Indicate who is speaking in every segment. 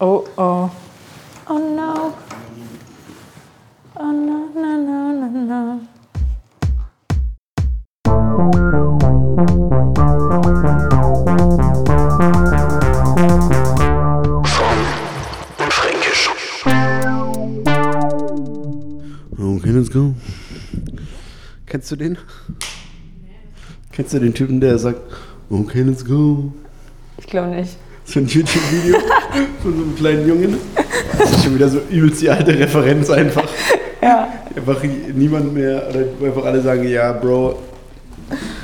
Speaker 1: Oh oh. Oh no. Oh no, no, no, no, no.
Speaker 2: und Fränkisch.
Speaker 3: Okay, let's go. Kennst du den? Kennst du den Typen, der sagt, okay, let's go?
Speaker 1: Ich glaube nicht.
Speaker 3: So ein YouTube-Video von so einem kleinen Jungen. Das ist schon wieder so übelst die alte Referenz einfach.
Speaker 1: Ja.
Speaker 3: Einfach niemand mehr, oder einfach alle sagen, ja, Bro,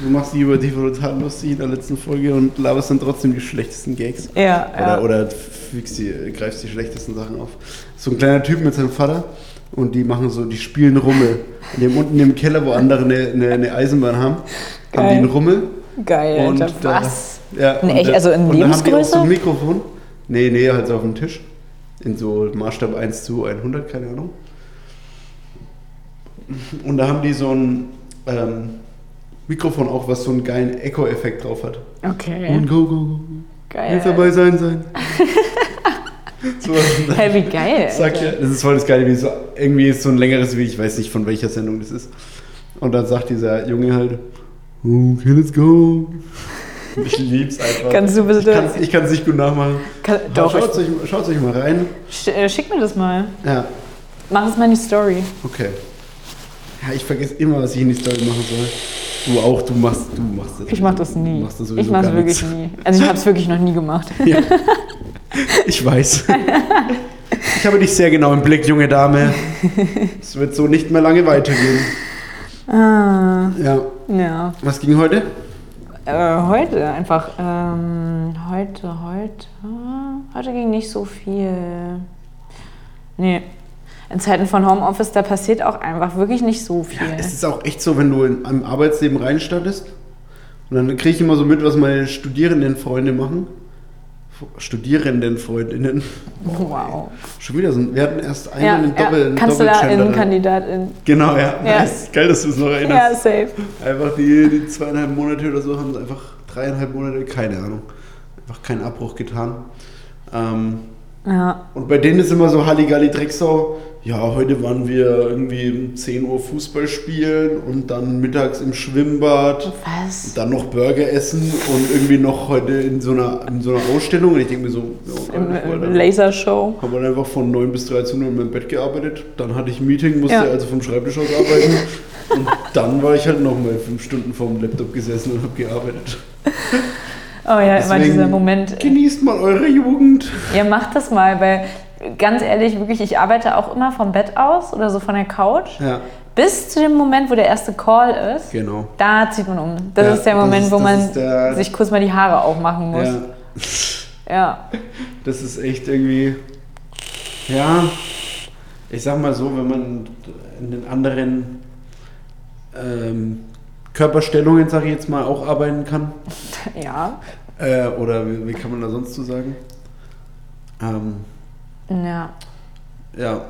Speaker 3: du machst dich über die von total lustig in der letzten Folge und laberst dann trotzdem die schlechtesten Gags.
Speaker 1: Ja, ja.
Speaker 3: Oder, oder fügst die, greifst die schlechtesten Sachen auf. So ein kleiner Typ mit seinem Vater und die machen so, die spielen Rummel. In dem, unten im Keller, wo andere eine, eine, eine Eisenbahn haben, haben
Speaker 1: Geil.
Speaker 3: die einen Rummel.
Speaker 1: Geil,
Speaker 3: und äh,
Speaker 1: Alter.
Speaker 3: da-
Speaker 1: Was?
Speaker 3: ja,
Speaker 1: In
Speaker 3: und
Speaker 1: echt-
Speaker 3: da-
Speaker 1: also in
Speaker 3: und da haben die auch
Speaker 1: Lebensgröße?
Speaker 3: so ein Mikrofon. Nee, nee, halt so auf dem Tisch. In so Maßstab 1 zu 100, keine Ahnung. Und da haben die so ein ähm, Mikrofon auch, was so einen geilen Echo-Effekt drauf hat. Und
Speaker 1: Okay.
Speaker 3: go, go, go.
Speaker 1: Geil.
Speaker 3: Hilfe bei sein, sein. so,
Speaker 1: Hey, wie geil.
Speaker 3: sagt
Speaker 1: Alter.
Speaker 3: er, das ist voll das geile Video. So, irgendwie ist so ein längeres Video, ich weiß nicht von welcher Sendung das ist. Und dann sagt dieser Junge halt, okay, let's go. Und Ich lieb's einfach.
Speaker 1: Ganz super
Speaker 3: ich kann's,
Speaker 1: Situation.
Speaker 3: ich kann's nicht gut nachmachen.
Speaker 1: Kann,
Speaker 3: Doch,
Speaker 1: doch,
Speaker 3: schaut's, euch, schaut's euch mal rein.
Speaker 1: ich, sch, äh, schick mir das mal.
Speaker 3: Ja,
Speaker 1: Mach es mal in die Story.
Speaker 3: okay. Ja, ich vergesse immer, was ich in die Story machen soll. Du auch, du machst, du machst das.
Speaker 1: Ich mach das nie.
Speaker 3: Du machst das
Speaker 1: ich
Speaker 3: sowieso
Speaker 1: mach's
Speaker 3: gar
Speaker 1: wirklich
Speaker 3: nichts.
Speaker 1: nie. Also ich hab's wirklich noch nie gemacht.
Speaker 3: Ja. Ich weiß. Ich habe dich sehr genau im Blick, junge Dame. Es wird so nicht mehr lange weitergehen.
Speaker 1: Ah,
Speaker 3: Ja.
Speaker 1: ja.
Speaker 3: Was ging heute?
Speaker 1: Äh, heute einfach. Ähm, heute, heute. Heute ging nicht so viel. Nee. In Zeiten von Homeoffice, da passiert auch einfach wirklich nicht so viel.
Speaker 3: Es ist auch echt so, wenn du in einem Arbeitsleben reinstartest und dann kriege ich immer so mit, was meine Studierendenfreunde machen. Studierendenfreundinnen.
Speaker 1: wow.
Speaker 3: Schon wieder so. ein- Wir hatten erst einen
Speaker 1: Ja,
Speaker 3: einen Doppel,
Speaker 1: ja.
Speaker 3: einen
Speaker 1: Kanzlerin,
Speaker 3: Doppelgender. ne?
Speaker 1: Kandidatin.
Speaker 3: Genau, ja.
Speaker 1: Ja.
Speaker 3: Nice. Geil, dass du es noch erinnerst.
Speaker 1: Ja, safe.
Speaker 3: Einfach die, die zweieinhalb Monate oder so haben sie einfach dreieinhalb Monate, keine Ahnung, einfach keinen Abbruch getan. Ähm,
Speaker 1: Ja.
Speaker 3: und bei denen ist immer so Halligalli Drecksau. Ja, heute waren wir irgendwie um 10 Uhr Fußball spielen und dann mittags im Schwimmbad.
Speaker 1: Was?
Speaker 3: Dann noch Burger essen und irgendwie noch heute in so einer, in so einer Ausstellung. Und ich denke mir so, ja,
Speaker 1: Im, äh,
Speaker 3: Alter,
Speaker 1: im Lasershow.
Speaker 3: habe dann einfach von 9 bis 13 Uhr in meinem Bett gearbeitet. Dann hatte ich ein Meeting, musste
Speaker 1: Ja.
Speaker 3: also vom Schreibtisch aus arbeiten. und dann war ich halt nochmal fünf Stunden vor dem Laptop gesessen und habe gearbeitet.
Speaker 1: Oh ja, immer
Speaker 3: Deswegen-
Speaker 1: dieser Moment.
Speaker 3: Genießt mal eure Jugend.
Speaker 1: Ja, macht das mal, weil ganz ehrlich, wirklich, ich arbeite auch immer vom Bett aus oder so von der Couch.
Speaker 3: Ja,
Speaker 1: Bis zu dem Moment, wo der erste Call ist,
Speaker 3: genau.
Speaker 1: da zieht man um. Das
Speaker 3: Ja,
Speaker 1: ist der
Speaker 3: das
Speaker 1: Moment,
Speaker 3: ist-
Speaker 1: wo
Speaker 3: das
Speaker 1: man
Speaker 3: ist der-
Speaker 1: sich kurz mal die Haare aufmachen muss.
Speaker 3: Ja,
Speaker 1: Ja.
Speaker 3: das ist echt irgendwie. Ja, ich sag mal so, wenn man in den anderen ähm, Körperstellungen, sag ich jetzt mal, auch arbeiten kann.
Speaker 1: ja.
Speaker 3: Äh, oder wie, wie kann man da sonst zu sagen? Ähm,
Speaker 1: Ja.
Speaker 3: Ja.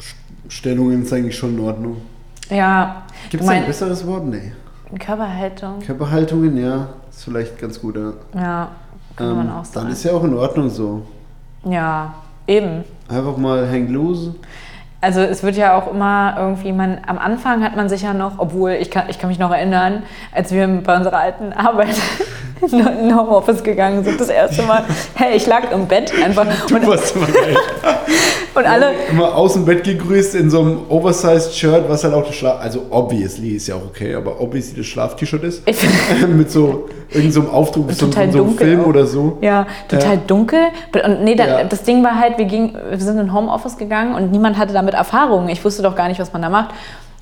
Speaker 3: St- Stellungen ist eigentlich schon in Ordnung.
Speaker 1: Ja.
Speaker 3: Gibt
Speaker 1: Du
Speaker 3: es ein
Speaker 1: mein,
Speaker 3: besseres Wort? Nee.
Speaker 1: Körperhaltung.
Speaker 3: Körperhaltungen, ja. Ist vielleicht ganz gut, ja.
Speaker 1: Ja. Kann
Speaker 3: Ähm,
Speaker 1: man auch
Speaker 3: dann
Speaker 1: sagen.
Speaker 3: ist ja auch in Ordnung so.
Speaker 1: Ja. Eben.
Speaker 3: Einfach mal hang loose.
Speaker 1: Also es wird ja auch immer irgendwie, man, am Anfang hat man sich ja noch, obwohl ich kann, ich kann mich noch erinnern, als wir bei unserer alten Arbeit in in Homeoffice gegangen sind, das erste Mal, hey, ich lag im Bett einfach und,
Speaker 3: warst immer geil.
Speaker 1: und alle,
Speaker 3: Immer aus dem Bett gegrüßt in so einem oversized Shirt, was halt auch das Schlaf... Also obviously ist ja auch okay, aber obviously das Schlaf-T-Shirt ist.
Speaker 1: ich,
Speaker 3: Mit so irgendeinem so einem Aufdruck, so, so
Speaker 1: Total
Speaker 3: einem
Speaker 1: dunkel
Speaker 3: Film
Speaker 1: auch.
Speaker 3: oder so.
Speaker 1: ja, total dunkel. Und nee, dann,
Speaker 3: Ja.
Speaker 1: das Ding war halt, wir, gingen, wir sind in Homeoffice gegangen und niemand hatte damit Erfahrung. Ich wusste doch gar nicht, was man da macht.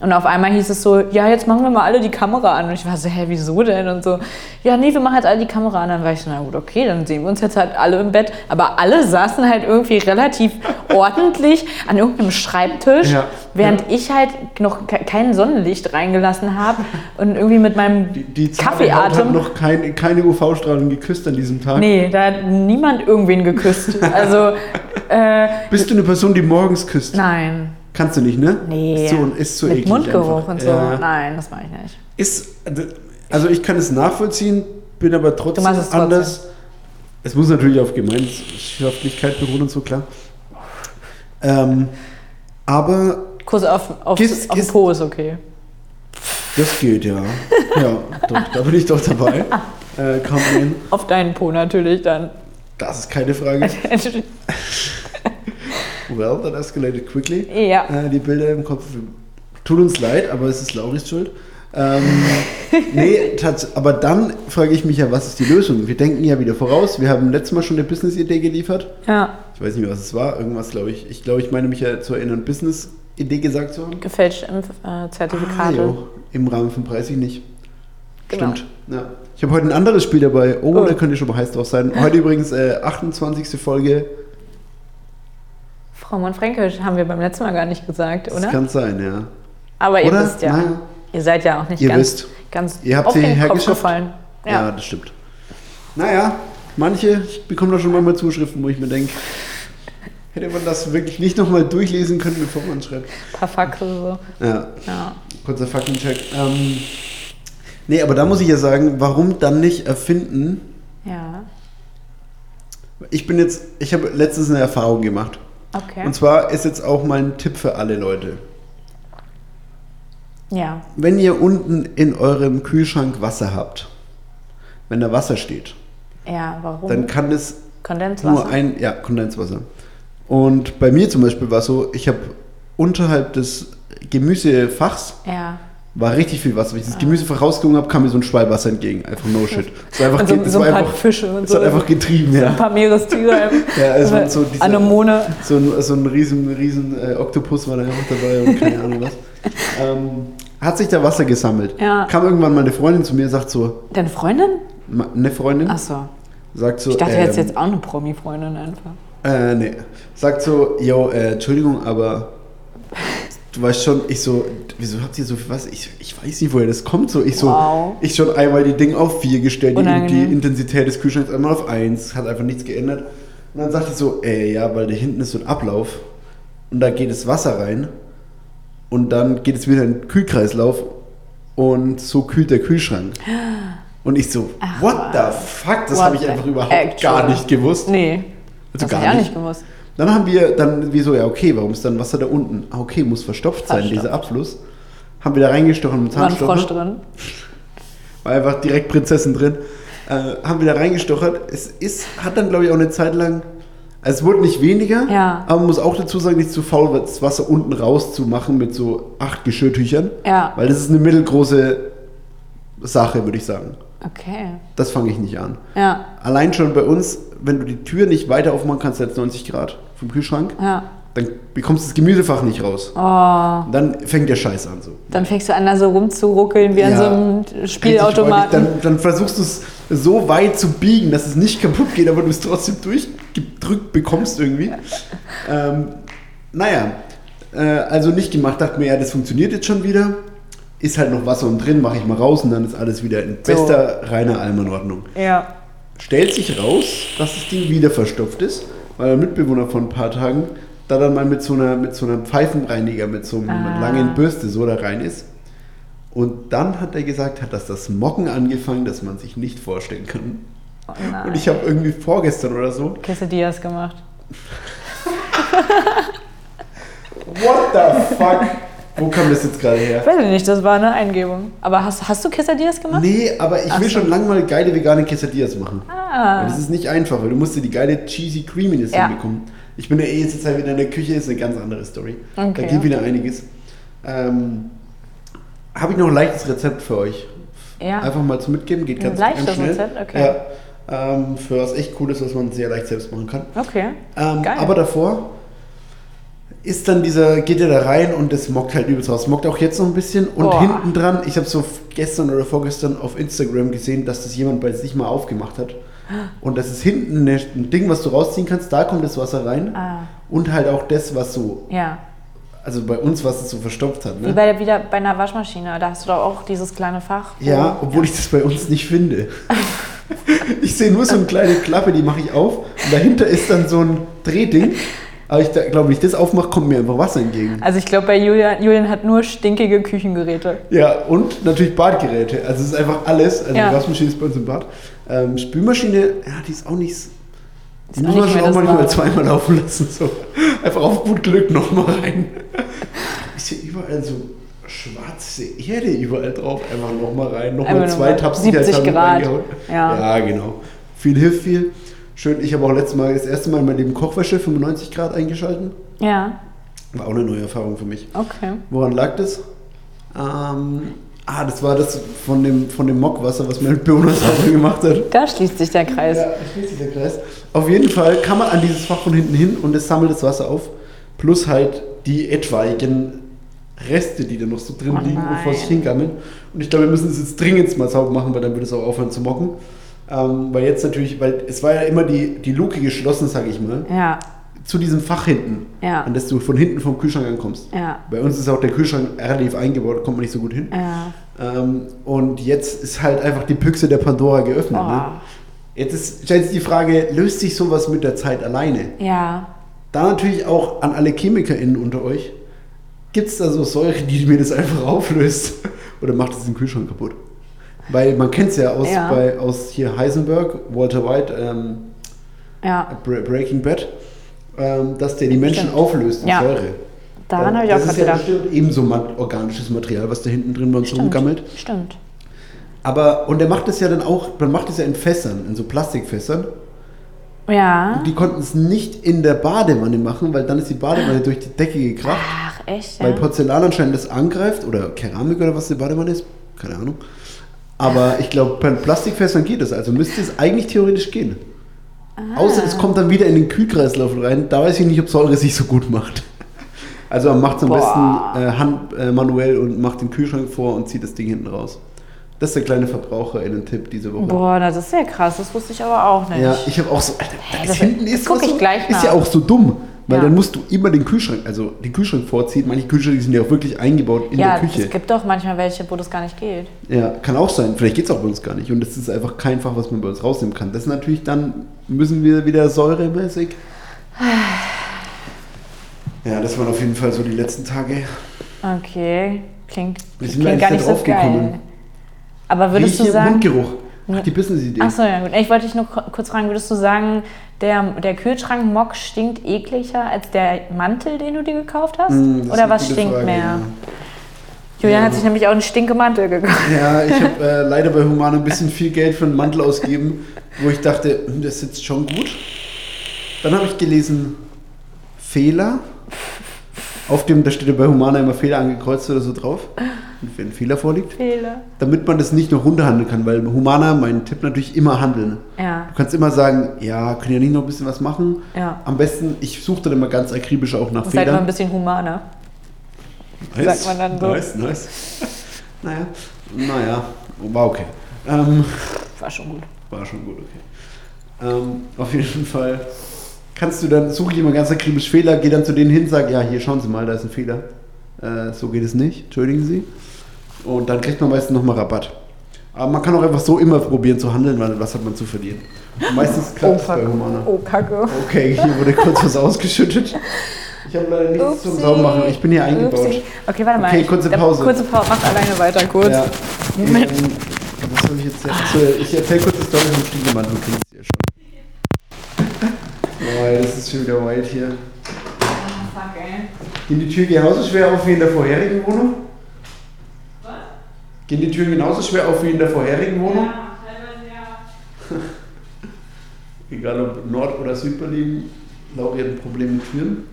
Speaker 1: Und auf einmal hieß es so, ja, jetzt machen wir mal alle die Kamera an. Und ich war so, hä, wieso denn? Und so, ja, nee, wir machen jetzt alle die Kamera an. Dann war ich so, na gut, okay, dann sehen wir uns jetzt halt alle im Bett. Aber alle saßen halt irgendwie relativ ordentlich an irgendeinem Schreibtisch,
Speaker 3: Ja.
Speaker 1: während ich halt noch ke- kein Sonnenlicht reingelassen habe und irgendwie mit meinem
Speaker 3: Die, die Zahnhaut
Speaker 1: Kaffeeatem
Speaker 3: hat noch kein, keine UV-Strahlung geküsst an diesem Tag.
Speaker 1: Nee, da hat niemand irgendwen geküsst. Also, äh,
Speaker 3: Bist du eine Person, die morgens küsst?
Speaker 1: nein.
Speaker 3: Kannst du nicht, ne?
Speaker 1: Nee.
Speaker 3: Ist so, ist so
Speaker 1: Mit
Speaker 3: eklig
Speaker 1: Mundgeruch
Speaker 3: einfach.
Speaker 1: und so.
Speaker 3: Ja.
Speaker 1: Nein, das mache ich nicht.
Speaker 3: Ist, also ich kann es nachvollziehen, bin aber trotzdem
Speaker 1: machst es trotzdem.
Speaker 3: anders. Es muss natürlich auf Gemeinschaftlichkeit beruhen und so, klar. Ähm, aber
Speaker 1: Kuss auf, auf,
Speaker 3: Kiss-
Speaker 1: auf
Speaker 3: Kiss-
Speaker 1: den Po ist okay.
Speaker 3: das geht ja. Ja, doch, da bin ich doch dabei. Äh, kann man,
Speaker 1: Auf deinen Po natürlich dann.
Speaker 3: das ist keine Frage. Well, that escalated quickly.
Speaker 1: ja.
Speaker 3: Äh, die Bilder im Kopf tut uns leid, aber es ist Lauris Schuld. Ähm, nee, tats aber dann frage ich mich ja, was ist die Lösung? Wir denken ja wieder voraus. Wir haben letztes Mal schon eine Business-Idee geliefert.
Speaker 1: Ja,
Speaker 3: Ich weiß nicht mehr, was es war. Irgendwas, glaube ich. Ich glaube, ich meine mich ja zu erinnern, Business-Idee gesagt zu haben. Ah,
Speaker 1: gefälschte Impf äh, Zertifikate.
Speaker 3: jo, Im Rahmen von Preis ich nicht.
Speaker 1: Genau.
Speaker 3: Stimmt. Ja. Ich habe heute ein anderes Spiel dabei. Oh,
Speaker 1: Oh.
Speaker 3: da könnte ich schon mal heiß drauf sein. Heute übrigens äh, 28. Folge.
Speaker 1: Frau Monfränkisch haben wir beim letzten Mal gar nicht gesagt,
Speaker 3: Das
Speaker 1: oder?
Speaker 3: kann sein, ja.
Speaker 1: Aber ihr
Speaker 3: Oder?
Speaker 1: wisst ja,
Speaker 3: Naja.
Speaker 1: ihr seid ja auch nicht
Speaker 3: Ihr
Speaker 1: ganz,
Speaker 3: wisst.
Speaker 1: ganz
Speaker 3: Ihr habt
Speaker 1: auf
Speaker 3: sie
Speaker 1: den Kopf
Speaker 3: hergeschafft.
Speaker 1: gefallen.
Speaker 3: Ja, das stimmt. Naja, manche, ich bekomme da schon manchmal Zuschriften, wo ich mir denke, hätte man das wirklich nicht nochmal durchlesen können, bevor man schreibt.
Speaker 1: paar Faxe so.
Speaker 3: Ja,
Speaker 1: Ja.
Speaker 3: kurzer Faktencheck. Ähm, nee, aber da muss ich ja sagen, warum dann nicht erfinden?
Speaker 1: ja.
Speaker 3: Ich bin jetzt, ich habe letztens eine Erfahrung gemacht.
Speaker 1: Okay.
Speaker 3: Und zwar ist jetzt auch mein Tipp für alle Leute.
Speaker 1: Ja.
Speaker 3: Wenn ihr unten in eurem Kühlschrank Wasser habt, wenn da Wasser steht,
Speaker 1: Ja, warum?
Speaker 3: dann kann es
Speaker 1: Kondenswasser.
Speaker 3: Nur ein, ja, Kondenswasser. Und bei mir zum Beispiel war es so, ich habe unterhalb des Gemüsefachs
Speaker 1: ja.
Speaker 3: war richtig viel Wasser. Wenn ich
Speaker 1: Ah.
Speaker 3: das Gemüsefach rausgehoben habe, kam mir so ein Schwallwasser entgegen. Einfach no shit. Es war einfach,
Speaker 1: Und so-
Speaker 3: ge- es
Speaker 1: Also so
Speaker 3: war
Speaker 1: ein paar
Speaker 3: einfach,
Speaker 1: Fische und
Speaker 3: es hat
Speaker 1: so.
Speaker 3: einfach getrieben,
Speaker 1: Ein
Speaker 3: ja.
Speaker 1: paar Meerestiere.
Speaker 3: Ja, es waren so diese-
Speaker 1: Anemone.
Speaker 3: So ein, so ein riesen, riesen äh, Oktopus war da einfach dabei und keine Ahnung was. Ähm, hat sich da Wasser gesammelt.
Speaker 1: Ja.
Speaker 3: Kam irgendwann meine Freundin zu mir, sagt so,
Speaker 1: Deine Freundin?
Speaker 3: ma- eine Freundin,
Speaker 1: Achso.
Speaker 3: sagt so,
Speaker 1: Ich dachte,
Speaker 3: ähm,
Speaker 1: jetzt jetzt auch eine Promi-Freundin einfach.
Speaker 3: Äh, nee. Sagt so, yo, äh, Entschuldigung, aber du weißt schon, ich so, wieso habt ihr so viel was? Ich, ich weiß nicht, woher das kommt. So, ich so,
Speaker 1: Wow.
Speaker 3: ich schon einmal die Dinge auf vier gestellt, die, die
Speaker 1: Unangenehm.
Speaker 3: Intensität des Kühlschranks einmal auf eins, hat einfach nichts geändert. Und dann sagte ich so, ey, ja, weil da hinten ist so ein Ablauf und da geht das Wasser rein und dann geht es wieder in den Kühlkreislauf und so kühlt der Kühlschrank. Und ich so, what the fuck? Das
Speaker 1: What
Speaker 3: habe ich
Speaker 1: the
Speaker 3: einfach überhaupt
Speaker 1: actual-
Speaker 3: gar nicht gewusst.
Speaker 1: Nee.
Speaker 3: Also
Speaker 1: das hab ich auch nicht gewusst.
Speaker 3: Dann haben wir, dann wieso, ja okay, warum ist dann Wasser da unten? Ah okay, muss verstopft sein,
Speaker 1: Verstopft.
Speaker 3: dieser Abfluss. Haben wir da reingestochen mit dem
Speaker 1: War ein Frosch
Speaker 3: Zahnstocher.
Speaker 1: drin.
Speaker 3: War einfach direkt Prinzessin drin. Äh, haben wir da reingestochert. Es ist, hat dann glaube ich auch eine Zeit lang, also es wurde nicht weniger,
Speaker 1: Ja.
Speaker 3: aber man muss auch dazu sagen, nicht zu faul war, das Wasser unten rauszumachen mit so acht Geschirrtüchern.
Speaker 1: Ja.
Speaker 3: Weil das ist eine mittelgroße Sache, würde ich sagen.
Speaker 1: Okay.
Speaker 3: Das fange ich nicht an.
Speaker 1: Ja.
Speaker 3: Allein schon bei uns, wenn du die Tür nicht weiter aufmachen kannst als 90 Grad vom Kühlschrank,
Speaker 1: Ja.
Speaker 3: dann bekommst du das Gemüsefach nicht raus.
Speaker 1: Oh.
Speaker 3: Dann fängt der Scheiß an so.
Speaker 1: Dann fängst du an, da so rumzuruckeln wie an
Speaker 3: Ja.
Speaker 1: so einem
Speaker 3: Richtig
Speaker 1: Spielautomaten.
Speaker 3: räudig. Dann, dann versuchst du es so weit zu biegen, dass es nicht kaputt geht, aber du es trotzdem durchgedrückt bekommst irgendwie. ähm, naja, äh, also nicht gemacht. Dachte mir, ja, das funktioniert jetzt schon wieder. Ist halt noch Wasser und drin, mache ich mal raus und dann ist alles wieder in
Speaker 1: So.
Speaker 3: bester, reiner Almanordnung.
Speaker 1: Ja.
Speaker 3: stellt sich raus, dass das Ding wieder verstopft ist, weil mein Mitbewohner vor ein paar Tagen da dann mal mit so einer, mit so einem Pfeifenreiniger, mit so einer
Speaker 1: Ah.
Speaker 3: langen Bürste so da rein ist. Und dann hat er gesagt, hat das das Mocken angefangen, das man sich nicht vorstellen kann.
Speaker 1: Oh nein.
Speaker 3: Und ich habe irgendwie vorgestern oder so,
Speaker 1: Quesadillas gemacht.
Speaker 3: what the fuck, wo kam das jetzt gerade her?
Speaker 1: Weiß ich nicht, das war eine Eingebung. Aber hast, hast du Quesadillas gemacht?
Speaker 3: Nee, aber ich
Speaker 1: Ach
Speaker 3: will
Speaker 1: so.
Speaker 3: schon lange mal geile vegane Quesadillas machen.
Speaker 1: Ah.
Speaker 3: Aber das ist nicht einfach, weil du musst dir die geile Cheesy Creaminess
Speaker 1: Ja.
Speaker 3: hinbekommen. Ich bin ja eh jetzt halt wieder in der Küche, ist eine ganz andere Story.
Speaker 1: Okay.
Speaker 3: Da geht wieder einiges. Ähm, Habe ich noch ein leichtes Rezept für euch?
Speaker 1: Ja.
Speaker 3: Einfach mal zum Mitgeben, geht
Speaker 1: Ein
Speaker 3: ganz,
Speaker 1: leichtes
Speaker 3: ganz schnell.
Speaker 1: Rezept? Okay.
Speaker 3: Ja, ähm, für was echt Cooles, was man sehr leicht selbst machen kann.
Speaker 1: Okay.
Speaker 3: Ähm,
Speaker 1: Geil.
Speaker 3: aber davor ist dann dieser, geht er da rein und das mockt halt übelst raus. Mockt auch jetzt noch ein bisschen und
Speaker 1: Boah.
Speaker 3: hinten dran, ich habe so gestern oder vorgestern auf Instagram gesehen, dass das jemand bei sich mal aufgemacht hat. Und das ist hinten ne- ein Ding, was du rausziehen kannst, da kommt das Wasser rein.
Speaker 1: Ah.
Speaker 3: Und halt auch das, was so,
Speaker 1: Ja.
Speaker 3: also bei uns, was es so verstopft hat.
Speaker 1: Wie
Speaker 3: Ne?
Speaker 1: bei, wieder bei einer Waschmaschine, da hast du doch auch dieses kleine Fach. wo-
Speaker 3: Ja, obwohl ich das bei uns nicht finde. ich sehe nur so eine kleine Klappe, die mache ich auf. Und dahinter ist dann so ein Drehding. Aber ich da- glaube, wenn ich das aufmache, kommt mir einfach Wasser entgegen.
Speaker 1: Also ich glaube, bei Julian, Julian hat nur stinkige Küchengeräte.
Speaker 3: Ja, und natürlich Badgeräte. Also es ist einfach alles. Also
Speaker 1: Ja.
Speaker 3: die Waschmaschine ist bei uns im Bad. Ähm, Spülmaschine, ja, die ist auch nicht. s- Die
Speaker 1: auch
Speaker 3: muss man
Speaker 1: nicht
Speaker 3: schon
Speaker 1: mehr
Speaker 3: auch
Speaker 1: das
Speaker 3: manchmal
Speaker 1: Wahre.
Speaker 3: zweimal laufen lassen. So. Einfach auf gut Glück nochmal rein. Ist hier überall so schwarze Erde überall drauf. Einfach nochmal rein. Nochmal
Speaker 1: Einfach
Speaker 3: zwei
Speaker 1: nochmal
Speaker 3: Tabs
Speaker 1: 70
Speaker 3: Sicherheitshalber
Speaker 1: Grad.
Speaker 3: reingehauen.
Speaker 1: Ja.
Speaker 3: ja, genau. Viel hilft viel. Schön, ich habe auch letztes Mal das erste Mal in meinem Leben Kochwäsche 95 Grad eingeschalten.
Speaker 1: Ja,
Speaker 3: War auch eine neue Erfahrung für mich.
Speaker 1: okay.
Speaker 3: Woran lag das? Ähm, ah, das war das von dem, von dem Mockwasser, was mein Bewohnersauber gemacht hat.
Speaker 1: Da schließt sich der Kreis.
Speaker 3: Ja, schließt sich der Kreis. Auf jeden Fall kann man an dieses Fach von hinten hin und es sammelt das Wasser auf. Plus halt die etwaigen Reste, die da noch so drin
Speaker 1: Oh
Speaker 3: liegen,
Speaker 1: nein.
Speaker 3: bevor sie hingammeln. Und ich glaube, wir müssen es jetzt dringend mal sauber machen, weil dann würde es auch aufhören zu mocken. Ähm, weil jetzt natürlich, weil es war ja immer die, die Luke geschlossen, sage ich mal,
Speaker 1: Ja,
Speaker 3: zu diesem Fach hinten.
Speaker 1: Ja.
Speaker 3: An das du von hinten vom Kühlschrank ankommst.
Speaker 1: ja,
Speaker 3: Bei uns ist auch der Kühlschrank relativ eingebaut, kommt man nicht so gut hin.
Speaker 1: ja.
Speaker 3: Ähm, und jetzt ist halt einfach die Büchse der Pandora geöffnet.
Speaker 1: Oh.
Speaker 3: Ne? Jetzt ist, stellt sich die Frage, löst sich sowas mit der Zeit alleine?
Speaker 1: Ja,
Speaker 3: Da natürlich auch an alle ChemikerInnen unter euch, gibt es da so Säure, die mir das einfach auflöst? Oder macht es den Kühlschrank kaputt? Weil man kennt es ja, aus,
Speaker 1: Ja.
Speaker 3: Bei, aus hier Heisenberg, Walter White, ähm,
Speaker 1: ja.
Speaker 3: Bre- Breaking Bad, ähm, dass der die Menschen
Speaker 1: Stimmt.
Speaker 3: auflöst in
Speaker 1: Ja.
Speaker 3: Säure.
Speaker 1: Daran habe ich auch
Speaker 3: das
Speaker 1: gerade
Speaker 3: ist ja
Speaker 1: gedacht.
Speaker 3: bestimmt ebenso ma- organisches Material, was da hinten drin bei uns rumgammelt.
Speaker 1: Stimmt. Stimmt.
Speaker 3: Aber, und er macht es ja dann auch, man macht es ja in Fässern, in so Plastikfässern.
Speaker 1: Ja.
Speaker 3: Die konnten es nicht in der Badewanne machen, weil dann ist die Badewanne durch die Decke gekracht.
Speaker 1: Ach, echt?
Speaker 3: Weil
Speaker 1: Ja.
Speaker 3: Porzellan anscheinend das angreift oder Keramik oder was die Badewanne ist, keine Ahnung. Aber ich glaube, bei Plastikfässern geht es, also müsste es eigentlich theoretisch gehen. Außer es kommt dann wieder in den Kühlkreislauf rein, da weiß ich nicht, ob Säure sich so gut macht. Also man macht es am
Speaker 1: Boah.
Speaker 3: besten äh, hand, äh, manuell und macht den Kühlschrank vor und zieht das Ding hinten raus. Das ist der kleine Verbraucherinnen-Tipp diese Woche.
Speaker 1: Boah, das ist ja krass. Das wusste ich aber auch nicht.
Speaker 3: Ja, ich habe auch so, Alter, da ist
Speaker 1: das-
Speaker 3: hinten ist
Speaker 1: guck
Speaker 3: was
Speaker 1: ich
Speaker 3: so,
Speaker 1: gleich
Speaker 3: Ist
Speaker 1: nach.
Speaker 3: ja auch so dumm, weil
Speaker 1: Ja.
Speaker 3: dann musst du immer den Kühlschrank, also den Kühlschrank vorziehen. Manche Kühlschränke sind ja auch wirklich eingebaut in
Speaker 1: ja,
Speaker 3: der Küche.
Speaker 1: es gibt doch manchmal welche, wo das gar nicht geht.
Speaker 3: Ja, kann auch sein. Vielleicht geht es auch bei uns gar nicht. Und das ist einfach kein Fach, was man bei uns rausnehmen kann. Das ist natürlich dann, müssen wir wieder säuremäßig. Ja, das waren auf jeden Fall so die letzten Tage.
Speaker 1: Okay, klingt,
Speaker 3: Wie sind
Speaker 1: klingt
Speaker 3: wir eigentlich
Speaker 1: gar
Speaker 3: da
Speaker 1: nicht so
Speaker 3: drauf gekommen?
Speaker 1: geil. Aber würdest
Speaker 3: Riecht
Speaker 1: du
Speaker 3: hier
Speaker 1: sagen...
Speaker 3: Mundgeruch. Ach, die Business-Idee.
Speaker 1: Achso, ja gut. Ich wollte dich nur ko- kurz fragen, würdest du sagen, der, der Kühlschrank-Mock stinkt ekliger als der Mantel, den du dir gekauft hast?
Speaker 3: Hm, das ist
Speaker 1: Oder
Speaker 3: eine
Speaker 1: was
Speaker 3: gute
Speaker 1: stinkt
Speaker 3: Frage,
Speaker 1: mehr?
Speaker 3: ja.
Speaker 1: Julian
Speaker 3: Ja.
Speaker 1: hat sich nämlich auch einen Stinkemantel gekauft.
Speaker 3: Ja, ich habe äh, leider bei Humane ein bisschen viel Geld für einen Mantel ausgegeben, wo ich dachte, hm, das sitzt schon gut. Dann habe ich gelesen, Fehler. Auf dem, da steht ja bei Humana immer Fehler angekreuzt oder so drauf, wenn ein Fehler vorliegt.
Speaker 1: Fehler.
Speaker 3: Damit man das nicht noch runterhandeln kann, weil Humana, mein Tipp natürlich, immer handeln.
Speaker 1: Ja.
Speaker 3: Du kannst immer sagen, ja, können ja nicht noch ein bisschen was machen.
Speaker 1: Ja.
Speaker 3: Am besten, ich suche dann immer ganz akribisch auch nach
Speaker 1: Seid mal ein
Speaker 3: Fehlern.
Speaker 1: bisschen ne? humaner. sagt man dann so.
Speaker 3: Nice, nice. Naja, naja, war okay. Ähm,
Speaker 1: War schon gut.
Speaker 3: war schon gut, okay. Ähm, auf jeden Fall kannst du dann, suche ich immer ganz akribisch Fehler, gehe dann zu denen hin, sage, ja, hier schauen Sie mal, da ist ein Fehler. Äh, so geht es nicht, entschuldigen Sie. Und dann kriegt man meistens nochmal Rabatt. Aber man kann auch einfach so immer probieren zu handeln, weil was hat man zu verlieren? Und meistens klappt es bei Humana.
Speaker 1: Oh, Kacke.
Speaker 3: Okay, hier wurde kurz was ausgeschüttet. Ich habe leider nichts Oh, zum
Speaker 1: Upsi.
Speaker 3: Saubermachen. Ich bin hier eingebaut.
Speaker 1: Upsi. Okay, warte mal.
Speaker 3: Okay,
Speaker 1: Ich-
Speaker 3: kurze
Speaker 1: da-
Speaker 3: Pause.
Speaker 1: Kurze Pause. Mach alleine weiter kurz.
Speaker 3: Ja. Ähm, was habe ich jetzt? Achso, ich erzähle kurz die Story vom Stiegemann, du kennst sie ja schon. Boah, das ist schon wieder wild hier.
Speaker 1: Fuck, ey.
Speaker 3: Gehen die Türen genauso schwer auf wie in der vorherigen Wohnung? Was? Gehen die Türen genauso schwer auf wie in der vorherigen Wohnung? Ja, teilweise ja. Egal ob Nord- oder Südberlin, Lauri hat ein Problem mit Türen.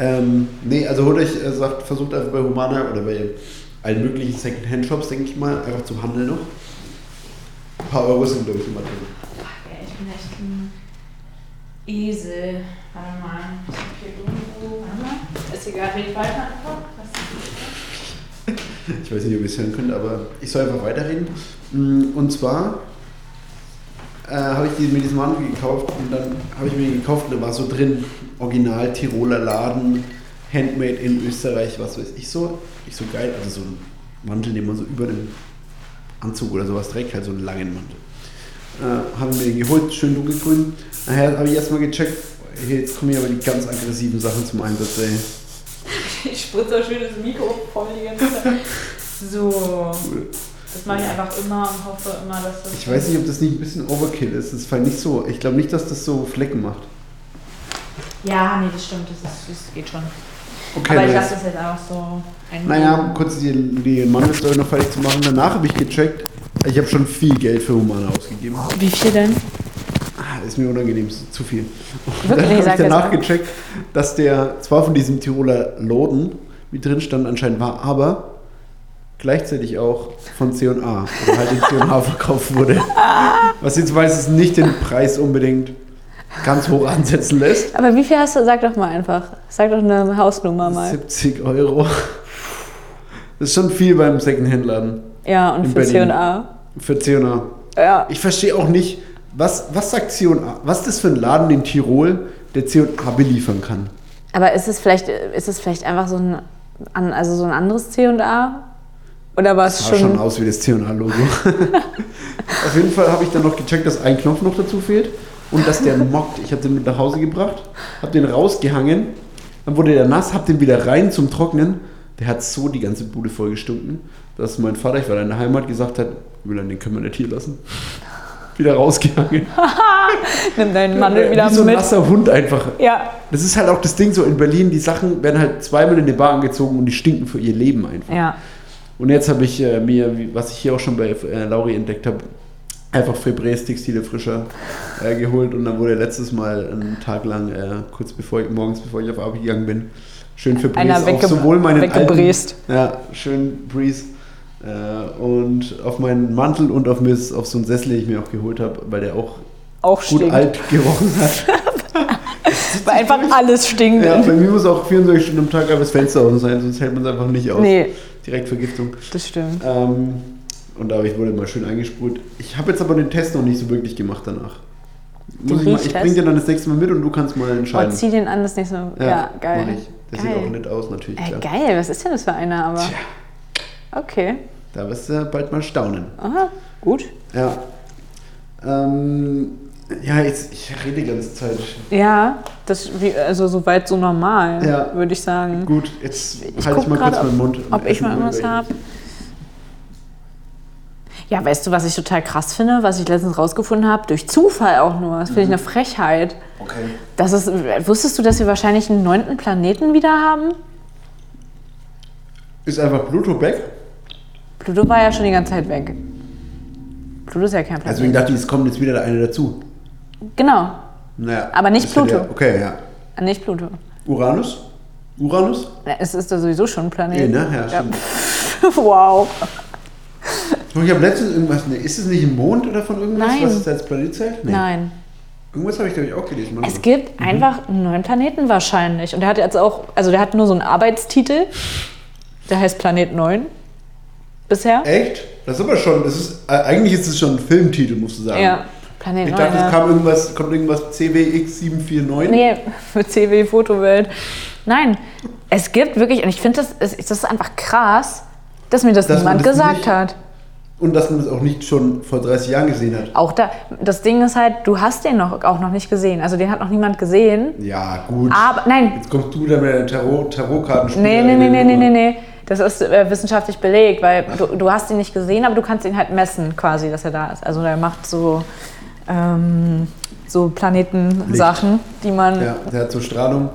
Speaker 3: Ähm, nee, also holt euch, äh, sagt, versucht einfach bei Humana oder bei allen möglichen Second-Hand-Shops, denke ich mal, einfach zum Handel noch. Ein paar Euro sind, glaube ich, immer drin.
Speaker 1: Fuck, ey, ich bin echt ein Esel. Warte mal. Ich hab hier irgendwo. Warte mal. Ist egal, red weiter einfach. Was-
Speaker 3: Ich weiß nicht, ob ihr es hören könnt, aber ich soll einfach weiterreden. Mm, Und zwar äh, habe ich die, mir diesen Mantel gekauft und dann habe ich mir den gekauft und da war so drin, original Tiroler Laden, Handmade in Österreich, was weiß ich so. Ich so geil, also so ein Mantel, den man so über dem Anzug oder sowas trägt, halt so einen langen Mantel. Äh, habe mir den geholt, schön dunkelgrün. Nachher habe ich erstmal gecheckt, hier, jetzt kommen hier aber die ganz aggressiven Sachen zum Einsatz, ey.
Speaker 1: Ich spritze auch schön das Mikro voll die ganze Zeit. So.
Speaker 3: Cool.
Speaker 1: Das Das mache ich einfach immer und hoffe immer, dass das.
Speaker 3: Ich weiß nicht, ob das nicht ein bisschen Overkill ist. Das war nicht so. Ich glaube nicht, dass das so Flecken macht.
Speaker 1: Ja, nee, das stimmt, das, ist, das geht schon.
Speaker 3: Okay,
Speaker 1: Aber ich
Speaker 3: nice.
Speaker 1: lasse das jetzt einfach so ein.
Speaker 3: Naja, kurz die, die Mandelstory noch fertig zu machen. Danach habe ich gecheckt, ich habe schon viel Geld für Humana ausgegeben.
Speaker 1: Wie viel denn?
Speaker 3: Ah, ist mir unangenehm, ist zu viel. Und
Speaker 1: Wirklich,
Speaker 3: dann habe ich
Speaker 1: sag das
Speaker 3: danach
Speaker 1: mal.
Speaker 3: gecheckt, dass der zwar von diesem Tiroler Loden mit drin stand anscheinend war, aber gleichzeitig auch von C&A oder halt in C&A verkauft wurde. Was jetzt weiß, es nicht den Preis unbedingt ganz hoch ansetzen lässt.
Speaker 1: Aber wie viel hast du? Sag doch mal einfach. Sag doch eine Hausnummer mal.
Speaker 3: 70 Euro. Das ist schon viel beim Secondhand-Laden
Speaker 1: Ja, und
Speaker 3: in
Speaker 1: für
Speaker 3: Berlin.
Speaker 1: CA.
Speaker 3: für C&A.
Speaker 1: Ja.
Speaker 3: Ich verstehe auch nicht, was, was sagt C&A? Was ist das für ein Laden in Tirol, der C&A beliefern kann?
Speaker 1: Aber ist es vielleicht, ist es vielleicht einfach so ein, an- also so ein anderes C und A? Oder war es
Speaker 3: Sah schon,
Speaker 1: schon.
Speaker 3: aus wie das C&A-Logo. Auf jeden Fall habe ich dann noch gecheckt, dass ein Knopf noch dazu fehlt und dass der mockt. Ich habe den mit nach Hause gebracht, habe den rausgehangen, dann wurde der nass, habe den wieder rein zum Trocknen. Der hat so die ganze Bude vollgestunken, dass mein Vater, ich war da in der Heimat, gesagt hat, Müller, den können wir nicht hier lassen. Wieder rausgehangen.
Speaker 1: Nimm deinen Mandel wieder
Speaker 3: Wie so ein
Speaker 1: mit.
Speaker 3: nasser Hund einfach.
Speaker 1: Ja.
Speaker 3: Das ist halt auch das Ding so in Berlin, die Sachen werden halt zweimal in den Bar angezogen und die stinken für ihr Leben einfach.
Speaker 1: Ja.
Speaker 3: Und jetzt habe ich äh, mir, wie- was ich hier auch schon bei äh, Lauri entdeckt habe, einfach Febrés Textile frischer äh, geholt und dann wurde letztes Mal einen Tag lang, äh, kurz bevor ich, morgens bevor ich auf Arbeit gegangen bin, schön Febrés
Speaker 1: Einer
Speaker 3: auf
Speaker 1: wegge-
Speaker 3: sowohl meinen alten,
Speaker 1: weggebräst.
Speaker 3: ja, schön Breeze äh, und auf meinen Mantel und auf, mir, auf so einen Sessel, den ich mir auch geholt habe, weil der auch
Speaker 1: Auch
Speaker 3: gut
Speaker 1: stinkt.
Speaker 3: alt gerochen hat.
Speaker 1: Weil einfach alles stinkt.
Speaker 3: ja, bei mir muss auch 24 Stunden am Tag einfach das Fenster offen sein, sonst hält man es einfach nicht aus.
Speaker 1: Nee,
Speaker 3: Direkt Vergiftung.
Speaker 1: das stimmt.
Speaker 3: Ähm, und dadurch wurde mal schön eingesprüht. Ich habe jetzt aber den Test noch nicht so wirklich gemacht danach. Muss ich mal, ich
Speaker 1: Riechtest?
Speaker 3: bringe dir dann das nächste Mal mit und du kannst mal
Speaker 1: Oh,
Speaker 3: entscheiden.
Speaker 1: zieh den an das nächste Mal. Ja, geil.
Speaker 3: Mach ich. Der
Speaker 1: Geil.
Speaker 3: sieht auch nett aus, natürlich.
Speaker 1: Äh,
Speaker 3: klar.
Speaker 1: geil, was ist denn das für einer? Aber
Speaker 3: Tja,
Speaker 1: okay,
Speaker 3: da wirst du bald mal staunen.
Speaker 1: aha, gut.
Speaker 3: Ja. Ähm, ja, jetzt, ich rede die ganze Zeit.
Speaker 1: Ja, das wie, also soweit so normal,
Speaker 3: Ja.
Speaker 1: würde ich sagen.
Speaker 3: Gut, jetzt
Speaker 1: Ich
Speaker 3: halte ich
Speaker 1: guck
Speaker 3: mal
Speaker 1: grad,
Speaker 3: kurz meinen Mund. und
Speaker 1: Ob ich
Speaker 3: esse
Speaker 1: mal irgendwas
Speaker 3: irgendwelches.
Speaker 1: habe. Ja, weißt du, was ich total krass finde, was ich letztens rausgefunden habe? Durch Zufall auch nur. Das finde ich
Speaker 3: Mhm.
Speaker 1: eine Frechheit.
Speaker 3: Okay.
Speaker 1: Das ist, wusstest du, dass wir wahrscheinlich einen neunten Planeten wieder haben?
Speaker 3: Ist einfach Pluto weg?
Speaker 1: Pluto war ja schon die ganze Zeit weg. Pluto ist ja kein Planet.
Speaker 3: Deswegen dachte Also, ich, es kommt jetzt wieder einer dazu.
Speaker 1: genau,
Speaker 3: Naja,
Speaker 1: Aber nicht
Speaker 3: das wird
Speaker 1: Pluto.
Speaker 3: Ja, okay, ja.
Speaker 1: nicht Pluto.
Speaker 3: Uranus? Uranus?
Speaker 1: Na, Es ist ja sowieso schon ein Planet.
Speaker 3: Nee, ne? Ja, stimmt.
Speaker 1: wow.
Speaker 3: Und ich habe letztens irgendwas. Ne, ist es nicht ein Mond oder von irgendwas,
Speaker 1: Nein.
Speaker 3: was es als Planet zählt? Nee.
Speaker 1: Nein.
Speaker 3: Irgendwas habe ich, glaube ich, auch gelesen. Mann,
Speaker 1: Es gibt
Speaker 3: Mhm.
Speaker 1: einfach einen neuen Planeten wahrscheinlich. Und der hat jetzt auch, also der hat nur so einen Arbeitstitel. Der heißt Planet 9. Bisher.
Speaker 3: Echt? Das ist aber schon. Das ist, äh, eigentlich ist es schon ein Filmtitel, musst du sagen.
Speaker 1: Ja. Planet
Speaker 3: Ich
Speaker 1: 9.
Speaker 3: dachte, es
Speaker 1: ja.
Speaker 3: kam irgendwas, kommt irgendwas CWX749.
Speaker 1: Nee, für CW Fotowelt. Nein, es gibt wirklich, und ich finde, das ist, das ist einfach krass, dass mir das
Speaker 3: Dass man
Speaker 1: niemand
Speaker 3: das
Speaker 1: gesagt
Speaker 3: nicht-
Speaker 1: hat.
Speaker 3: Und dass man das auch nicht schon vor 30 Jahren gesehen hat.
Speaker 1: Auch da, das Ding ist halt, du hast den noch, auch noch nicht gesehen. Also den hat noch niemand gesehen.
Speaker 3: Ja, gut.
Speaker 1: Aber, nein,
Speaker 3: Jetzt kommst du da mit deinen Tarot, Tarotkarten
Speaker 1: Nee, nee, nee, nee, nee, nee, nee. Das ist äh, wissenschaftlich belegt, weil du, du hast ihn nicht gesehen, aber du kannst ihn halt messen quasi, dass er da ist. Also er macht so, ähm, so Planetensachen, die man...
Speaker 3: Ja, der hat so Strahlung.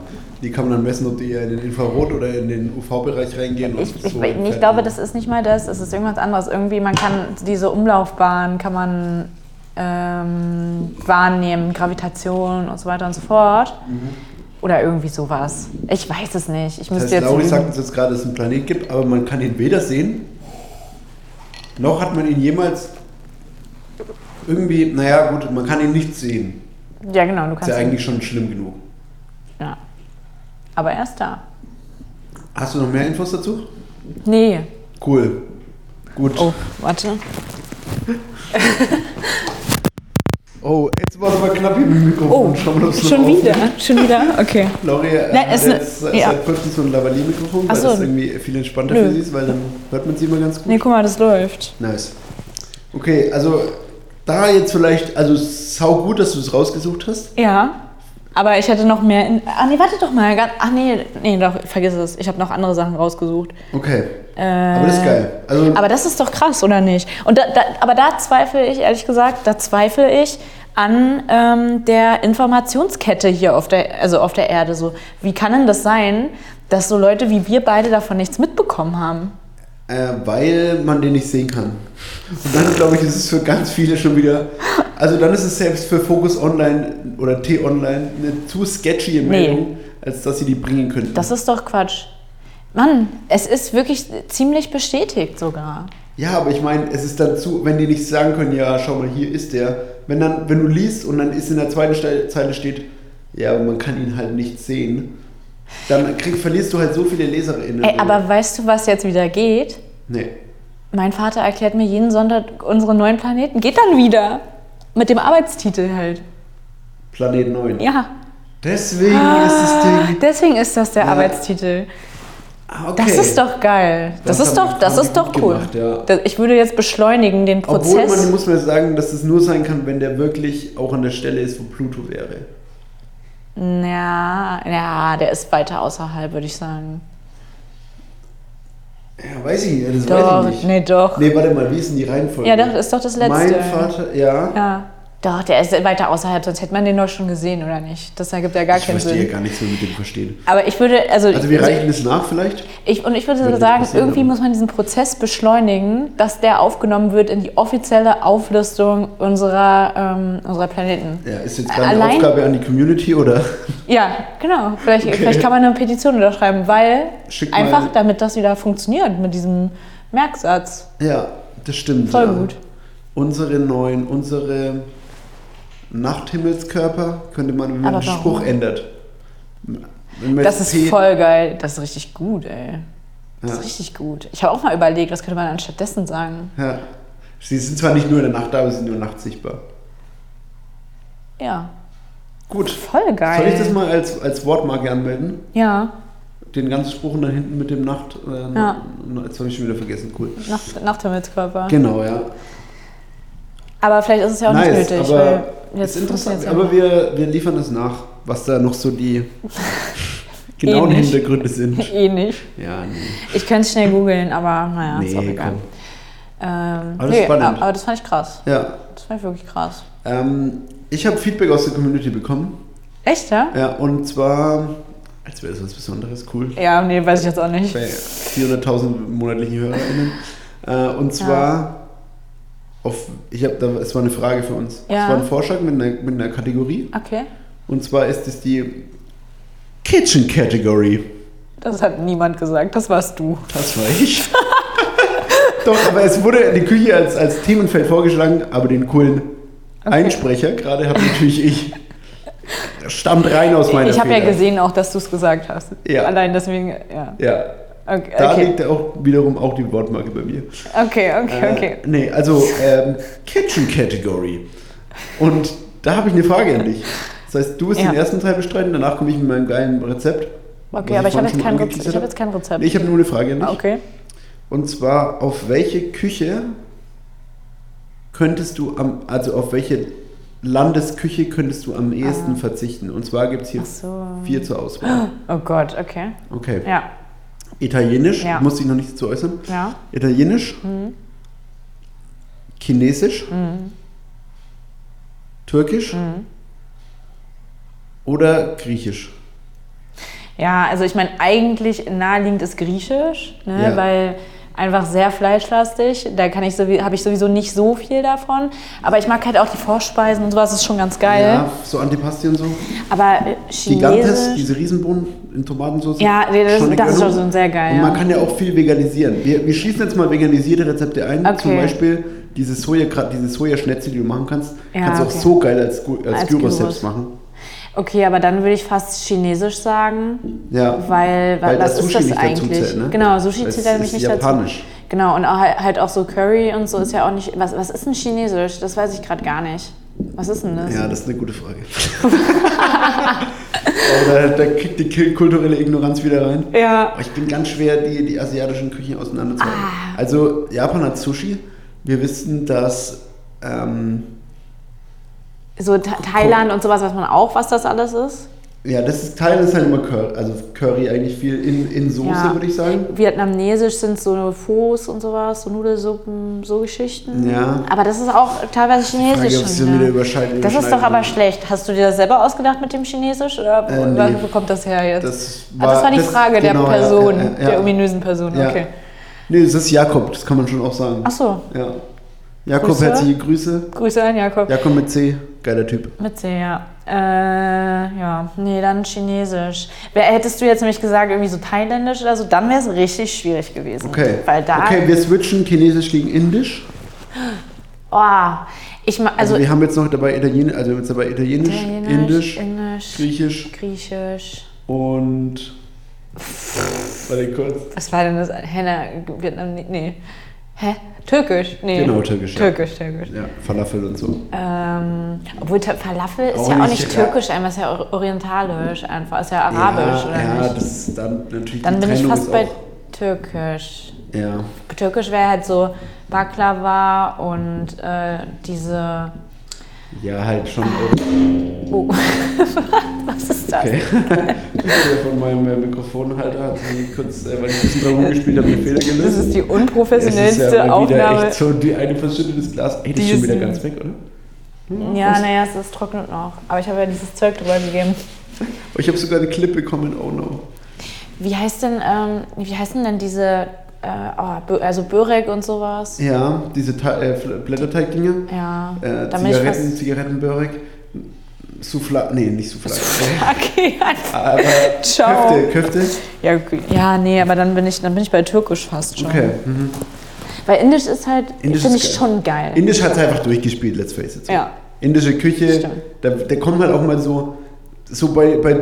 Speaker 3: Die kann man dann messen, ob die eher in den Infrarot oder in den UV-Bereich reingehen.
Speaker 1: Ich,
Speaker 3: und
Speaker 1: ich,
Speaker 3: so
Speaker 1: ich glaube, das ist nicht mal das, es ist irgendwas anderes. Irgendwie, man kann diese Umlaufbahn, kann man ähm, wahrnehmen, Gravitation und so weiter und so fort. Oder irgendwie sowas. Ich weiß es nicht. Ich
Speaker 3: Mhm.
Speaker 1: müsste
Speaker 3: Das heißt,
Speaker 1: jetzt...
Speaker 3: Lauri
Speaker 1: lügen.
Speaker 3: sagt uns jetzt gerade, dass es einen Planet gibt, aber man kann ihn weder sehen, noch hat man ihn jemals irgendwie, naja gut, man kann ihn nicht sehen.
Speaker 1: ja, genau, du
Speaker 3: Ist ja
Speaker 1: kannst...
Speaker 3: eigentlich schon schlimm genug.
Speaker 1: Ja. Aber er ist da.
Speaker 3: Hast du noch mehr Infos dazu?
Speaker 1: Nee.
Speaker 3: Cool. Gut.
Speaker 1: Oh, warte.
Speaker 3: Oh, jetzt war es mal knapp hier mit dem Mikrofon.
Speaker 1: Oh,
Speaker 3: Schauen wir uns noch
Speaker 1: schon
Speaker 3: auf.
Speaker 1: wieder. Schon wieder? Okay.
Speaker 3: Lauri äh,
Speaker 1: Nein,
Speaker 3: hat
Speaker 1: ist ne-
Speaker 3: jetzt seit-
Speaker 1: ja.
Speaker 3: seit kurzem so ein Lavalier-Mikrofon, weil
Speaker 1: Ach so.
Speaker 3: das irgendwie viel entspannter
Speaker 1: Nö.
Speaker 3: für sie ist, weil dann hört man sie immer ganz gut.
Speaker 1: Nee, guck mal, das läuft.
Speaker 3: Nice. Okay, also da jetzt vielleicht, also sau gut, dass du es rausgesucht hast.
Speaker 1: Ja. Aber ich hätte noch mehr. In ah, nee, warte doch mal. gar- Ach nee, nee, doch, vergiss es. Ich habe noch andere Sachen rausgesucht. Äh,
Speaker 3: Okay. Aber das ist geil. Also,
Speaker 1: Aber das ist doch krass, oder nicht? Und da, da, aber da zweifle ich, ehrlich gesagt, da zweifle ich an ähm, der Informationskette hier auf der, also auf der Erde. So, wie kann denn das sein, dass so Leute wie wir beide davon nichts mitbekommen haben?
Speaker 3: äh, weil man den nicht sehen kann. Und dann, glaube ich, ist es für ganz viele schon wieder. Also, dann ist es selbst für Focus Online oder T-Online eine zu sketchy Meldung, als dass sie die bringen könnten.
Speaker 1: Das ist doch Quatsch. Mann, es ist wirklich ziemlich bestätigt sogar.
Speaker 3: Ja, aber ich meine, es ist dann zu, wenn die nicht sagen können, ja, schau mal, hier ist der. Wenn dann, wenn du liest und dann ist in der zweiten Ste- Zeile steht, ja, aber man kann ihn halt nicht sehen, dann krieg, verlierst du halt so viele LeserInnen.
Speaker 1: Ey, aber weißt du, was jetzt wieder geht?
Speaker 3: Nee.
Speaker 1: Mein Vater erklärt mir jeden Sonntag unsere neuen Planeten. Geht dann wieder. Mit dem Arbeitstitel halt.
Speaker 3: Planet 9.
Speaker 1: Ja. Ah,
Speaker 3: Deswegen ist das Ding.
Speaker 1: Deswegen ist das der
Speaker 3: Ja.
Speaker 1: Arbeitstitel.
Speaker 3: Ah, Okay.
Speaker 1: Das ist doch geil. Das,
Speaker 3: Das
Speaker 1: ist
Speaker 3: haben
Speaker 1: doch,
Speaker 3: die
Speaker 1: das ist
Speaker 3: Frauen
Speaker 1: doch
Speaker 3: gut
Speaker 1: cool.
Speaker 3: gemacht, ja.
Speaker 1: Da- Ich würde jetzt beschleunigen den
Speaker 3: Obwohl man
Speaker 1: Prozess.
Speaker 3: muss man sagen, dass es nur sein kann, wenn der wirklich auch an der Stelle ist, wo Pluto wäre.
Speaker 1: Ja, ja, der ist weiter außerhalb, würde ich sagen.
Speaker 3: Ja, weiß ich nicht. Das
Speaker 1: Doch,
Speaker 3: weiß ich nicht.
Speaker 1: nee, doch.
Speaker 3: Nee, warte mal, wie ist denn die Reihenfolge?
Speaker 1: Ja, doch, ist doch das Letzte.
Speaker 3: Mein Vater, ja.
Speaker 1: Ja. Doch, der ist weiter außerhalb, sonst hätte man den doch schon gesehen, oder nicht? Das ergibt ja gar
Speaker 3: Ich
Speaker 1: keinen
Speaker 3: verstehe
Speaker 1: Sinn.
Speaker 3: gar nichts mehr mit dem Verstehen.
Speaker 1: Aber ich würde, also,
Speaker 3: Also wir reichen es nach vielleicht?
Speaker 1: ich, und ich würde,
Speaker 3: Würde nicht
Speaker 1: sagen,
Speaker 3: passieren,
Speaker 1: irgendwie
Speaker 3: aber-
Speaker 1: muss man diesen Prozess beschleunigen, dass der aufgenommen wird in die offizielle Auflistung unserer, ähm, unserer Planeten.
Speaker 3: Ja, ist jetzt gerade eine
Speaker 1: Äh, Allein-
Speaker 3: Aufgabe an die Community oder?
Speaker 1: Ja, genau. Vielleicht, vielleicht kann man eine Petition unterschreiben, weil
Speaker 3: Schick mal-
Speaker 1: einfach damit das wieder funktioniert mit diesem Merksatz.
Speaker 3: Ja, das stimmt.
Speaker 1: Voll
Speaker 3: ja.
Speaker 1: gut.
Speaker 3: Unsere neuen, unsere Nachthimmelskörper könnte man, wenn man
Speaker 1: Aber
Speaker 3: den
Speaker 1: warum?
Speaker 3: Spruch ändert. Wenn man
Speaker 1: Das
Speaker 3: jetzt
Speaker 1: ist
Speaker 3: P-
Speaker 1: voll geil. Das ist richtig gut, ey. Das ist
Speaker 3: Ja.
Speaker 1: richtig gut. Ich habe auch mal überlegt, was könnte man dann stattdessen sagen.
Speaker 3: Ja. Sie sind zwar nicht nur in der Nacht da, aber sie sind nur nachts sichtbar.
Speaker 1: Ja,
Speaker 3: Gut.
Speaker 1: voll geil.
Speaker 3: Soll ich das mal als, als Wortmarke anmelden?
Speaker 1: Ja,
Speaker 3: Den ganzen Spruch und dann hinten mit dem Nacht. Äh,
Speaker 1: Ja.
Speaker 3: na- Jetzt habe ich schon wieder vergessen. Cool.
Speaker 1: nach, nach dem Hitzkörper.
Speaker 3: Genau, ja.
Speaker 1: Aber vielleicht ist es ja auch
Speaker 3: nice,
Speaker 1: nicht nötig,
Speaker 3: aber
Speaker 1: weil jetzt
Speaker 3: ist interessant.
Speaker 1: funktioniert's ja
Speaker 3: Aber
Speaker 1: auch.
Speaker 3: wir, wir liefern es nach, was da noch so die genauen
Speaker 1: Ähnlich.
Speaker 3: Hintergründe sind.
Speaker 1: eh nicht.
Speaker 3: Ja, nee.
Speaker 1: Ich könnte es schnell googeln, aber naja, ist auch
Speaker 3: nee,
Speaker 1: egal.
Speaker 3: komm.
Speaker 1: Ähm,
Speaker 3: Aber das ist
Speaker 1: nee,
Speaker 3: spannend.
Speaker 1: aber das fand ich krass.
Speaker 3: Ja.
Speaker 1: Das fand ich wirklich krass.
Speaker 3: Ähm, ich habe Feedback aus der Community bekommen.
Speaker 1: Echt, ja?
Speaker 3: Ja, und zwar, als wäre das was Besonderes, cool.
Speaker 1: Ja, nee, weiß ich jetzt auch nicht.
Speaker 3: bei 400.000 monatlichen HörerInnen. Äh, und zwar, auf, ich hab da, es war eine Frage für uns.
Speaker 1: Ja.
Speaker 3: Es war ein Vorschlag mit einer, mit einer Kategorie.
Speaker 1: Okay.
Speaker 3: Und zwar ist es die Kitchen Category.
Speaker 1: Das hat niemand gesagt, das warst du.
Speaker 3: Das war ich. Doch, aber es wurde die Küche als, als Themenfeld vorgeschlagen, aber den coolen Einsprecher gerade habe natürlich ich. Das Stammt rein aus meiner
Speaker 1: ich habe ja
Speaker 3: Feder.
Speaker 1: gesehen auch, dass du es gesagt hast.
Speaker 3: Ja.
Speaker 1: Allein deswegen, ja.
Speaker 3: Ja,
Speaker 1: Okay,
Speaker 3: da
Speaker 1: okay,
Speaker 3: liegt auch wiederum auch die Wortmarke bei mir.
Speaker 1: okay, okay. okay.
Speaker 3: Äh, nee, also ähm, Kitchen Category. Und da habe ich eine Frage an dich. Das heißt, du wirst
Speaker 1: Ja.
Speaker 3: den ersten Teil bestreiten, danach komme ich mit meinem geilen Rezept. was
Speaker 1: Okay, aber ich habe
Speaker 3: vorhin
Speaker 1: jetzt,
Speaker 3: schon
Speaker 1: kein Rezept.
Speaker 3: angeteasert
Speaker 1: Ich hab
Speaker 3: habe.
Speaker 1: jetzt kein Rezept.
Speaker 3: Nee, ich habe nur eine Frage an dich.
Speaker 1: Ah, okay.
Speaker 3: Und zwar, auf welche Küche könntest du am, also auf welche Landesküche könntest du am ehesten verzichten? Und zwar gibt es hier
Speaker 1: Ah. Ach so.
Speaker 3: vier zur Auswahl.
Speaker 1: Oh Gott, okay.
Speaker 3: Okay.
Speaker 1: Ja,
Speaker 3: Italienisch,
Speaker 1: Ja.
Speaker 3: muss ich noch nicht zu äußern.
Speaker 1: ja.
Speaker 3: Italienisch,
Speaker 1: Mhm.
Speaker 3: Chinesisch, Türkisch
Speaker 1: Mhm.
Speaker 3: oder Griechisch.
Speaker 1: Ja, also ich meine, eigentlich naheliegend ist Griechisch, ne?
Speaker 3: Ja.
Speaker 1: weil einfach sehr fleischlastig. Da kann ich habe ich sowieso nicht so viel davon. Aber ich mag halt auch die Vorspeisen und sowas, ist schon ganz geil.
Speaker 3: Ja, so Antipasti und so.
Speaker 1: Aber äh,
Speaker 3: Gigantes,
Speaker 1: Chinesisch.
Speaker 3: diese Riesenbohnen in Tomatensauce.
Speaker 1: Ja, nee, das-
Speaker 3: eine
Speaker 1: das ist
Speaker 3: Gönnung.
Speaker 1: schon sehr geil,
Speaker 3: Und man
Speaker 1: ja.
Speaker 3: kann ja auch viel veganisieren. Wir, wir schließen jetzt mal veganisierte Rezepte ein.
Speaker 1: Okay.
Speaker 3: Zum Beispiel diese Soja, diese Sojaschnetzel, die du machen kannst,
Speaker 1: Ja,
Speaker 3: kannst du auch
Speaker 1: okay.
Speaker 3: so geil als, Gu- als,
Speaker 1: Als
Speaker 3: Gyros
Speaker 1: Gyros.
Speaker 3: selbst machen.
Speaker 1: Okay, aber dann würde ich fast Chinesisch sagen,
Speaker 3: Ja.
Speaker 1: weil,
Speaker 3: Weil
Speaker 1: was
Speaker 3: das Sushi
Speaker 1: ist das
Speaker 3: nicht dazu
Speaker 1: eigentlich?
Speaker 3: zählt, ne?
Speaker 1: Genau, Sushi
Speaker 3: Das
Speaker 1: zählt da nämlich
Speaker 3: ist
Speaker 1: nicht
Speaker 3: japanisch.
Speaker 1: dazu. Genau, und auch, halt auch so Curry und so ist ja auch nicht. Was, was ist denn Chinesisch? Das weiß ich gerade gar nicht. Was ist denn das?
Speaker 3: Ja, das ist eine gute Frage. Aber da, da kriegt die kil- kulturelle Ignoranz wieder rein.
Speaker 1: Ja.
Speaker 3: Aber ich bin ganz schwer, die, die asiatischen Küchen auseinanderzuhalten.
Speaker 1: Ah.
Speaker 3: Also, Japan hat Sushi. Wir wissen, dass. Ähm,
Speaker 1: So Tha- Thailand und sowas, weiß man auch, was das alles ist.
Speaker 3: Ja, das ist, Thailand ist halt immer Curry, also Curry eigentlich viel in, in Soße,
Speaker 1: Ja.
Speaker 3: würde ich sagen.
Speaker 1: Vietnamesisch sind so Fos und sowas, so Nudelsuppen, so Geschichten.
Speaker 3: Ja.
Speaker 1: Aber das ist auch teilweise
Speaker 3: Frage,
Speaker 1: chinesisch.
Speaker 3: ob sie
Speaker 1: schon,
Speaker 3: wieder
Speaker 1: ne?
Speaker 3: überschneiden-
Speaker 1: Das ist doch
Speaker 3: überschneiden.
Speaker 1: aber schlecht. Hast du dir das selber ausgedacht mit dem Chinesisch oder
Speaker 3: Äh, nee.
Speaker 1: wo kommt das her jetzt?
Speaker 3: Das
Speaker 1: ah, das war die Frage der
Speaker 3: genau, ja,
Speaker 1: Person,
Speaker 3: ja, ja, ja.
Speaker 1: der ominösen Person.
Speaker 3: Ja.
Speaker 1: Okay.
Speaker 3: Nee, es ist Jakob, das kann man schon auch sagen.
Speaker 1: Ach so,
Speaker 3: Ja. Jakob,
Speaker 1: Grüße.
Speaker 3: herzliche Grüße.
Speaker 1: Grüße an Jakob.
Speaker 3: Jakob mit C, geiler Typ.
Speaker 1: Mit C, ja. Äh, ja, nee, dann Chinesisch. Wer, hättest du jetzt nämlich gesagt, irgendwie so thailändisch oder so, dann wäre es richtig schwierig gewesen.
Speaker 3: Okay.
Speaker 1: Weil da.
Speaker 3: okay, wir switchen Chinesisch gegen Indisch.
Speaker 1: oh, ich ma,
Speaker 3: Also,
Speaker 1: also,
Speaker 3: wir haben jetzt noch dabei Italienisch, also wir haben jetzt dabei Italienisch, Indisch,
Speaker 1: Indisch,
Speaker 3: Griechisch
Speaker 1: Griechisch.
Speaker 3: und. Warte kurz.
Speaker 1: Was war denn das? Henna, Vietnam, nee. Hä? Türkisch? Nee.
Speaker 3: Genau, Türkisch, ja.
Speaker 1: Türkisch, Türkisch.
Speaker 3: Ja, Falafel und so.
Speaker 1: Ähm, obwohl Ta- Falafel ist
Speaker 3: Auch
Speaker 1: ja auch
Speaker 3: nicht,
Speaker 1: nicht,
Speaker 3: ja.
Speaker 1: türkisch, einmal ist ja or- orientalisch einfach, ist ja arabisch,
Speaker 3: ja,
Speaker 1: oder
Speaker 3: ja,
Speaker 1: nicht?
Speaker 3: das ist dann natürlich
Speaker 1: Dann
Speaker 3: die
Speaker 1: bin
Speaker 3: Trennung
Speaker 1: ich fast
Speaker 3: ist
Speaker 1: bei
Speaker 3: auch,
Speaker 1: türkisch.
Speaker 3: Ja.
Speaker 1: Türkisch wäre halt so Baklava und äh, diese.
Speaker 3: Ja, halt schon.
Speaker 1: Oh. Was ist das?
Speaker 3: Okay. Der von meinem äh, Mikrofonhalter hat sie kurz, äh, weil ich ein bisschen drum gespielt habe, einen Fehler gelöst.
Speaker 1: Das ist die
Speaker 3: Es ist
Speaker 1: unprofessionellste
Speaker 3: ja mal wieder
Speaker 1: Aufnahme.
Speaker 3: Echt so die eine verschüttetes Glas. Ey, das ist schon
Speaker 1: Diesen-
Speaker 3: wieder ganz weg, oder?
Speaker 1: Ja, naja, es ist trocknet noch. Aber ich habe ja dieses Zeug drüber gegeben.
Speaker 3: Oh, Ich habe sogar einen Clip bekommen, oh no.
Speaker 1: Wie heißt denn, ähm, wie heißen denn diese, äh, oh, Bö- also Börek und sowas?
Speaker 3: Ja, diese Ta äh, Fl- Blätterteigdinger.
Speaker 1: Ja,
Speaker 3: Äh,
Speaker 1: da bin ich
Speaker 3: Zigaretten,
Speaker 1: fast.
Speaker 3: Zigarettenbörek. Soufflade, nee, nicht Soufflade.
Speaker 1: Okay, also-
Speaker 3: Aber
Speaker 1: Ciao.
Speaker 3: Köfte, Köfte.
Speaker 1: ja, okay. ja, nee, aber dann bin ich, dann bin ich bei Türkisch fast schon.
Speaker 3: Okay. Mhm.
Speaker 1: Weil Indisch ist halt,
Speaker 3: Indisch
Speaker 1: finde
Speaker 3: ist
Speaker 1: ich
Speaker 3: geil.
Speaker 1: schon geil.
Speaker 3: Indisch hat es einfach durchgespielt, let's face it. So.
Speaker 1: Ja.
Speaker 3: Indische Küche,
Speaker 1: Stimmt.
Speaker 3: da, da kommen halt auch mal so, so bei, bei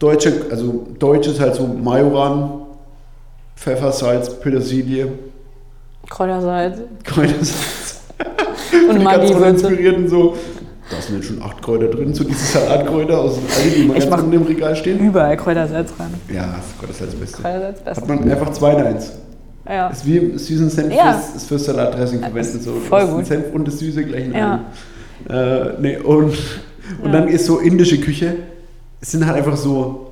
Speaker 3: Deutsche, also Deutsch ist halt so Majoran, Pfeffer, Salz, Petersilie,
Speaker 1: Kräutersalz
Speaker 3: Kräutersalz.
Speaker 1: und Maggi-Würze.
Speaker 3: inspiriert und so. Da sind jetzt schon acht Kräuter drin, so diese Salatkräuter aus alle, die mal
Speaker 1: Ich
Speaker 3: ganz
Speaker 1: mach-
Speaker 3: unten im Regal stehen.
Speaker 1: Überall Kräutersalz rein.
Speaker 3: Ja, Gott, das ist halt das Beste.
Speaker 1: Kräutersalz
Speaker 3: Hat
Speaker 1: besser.
Speaker 3: man einfach zwei in eins.
Speaker 1: Ja.
Speaker 3: Ist wie im süßen Senf
Speaker 1: Ja.
Speaker 3: fürs, ist fürs Salatdressing verwendet. So.
Speaker 1: voll
Speaker 3: Das ist ein
Speaker 1: gut.
Speaker 3: Senf und das Süße gleich in
Speaker 1: Ja.
Speaker 3: einem. Äh, nee, und, und dann ist so indische Küche. Es sind halt einfach so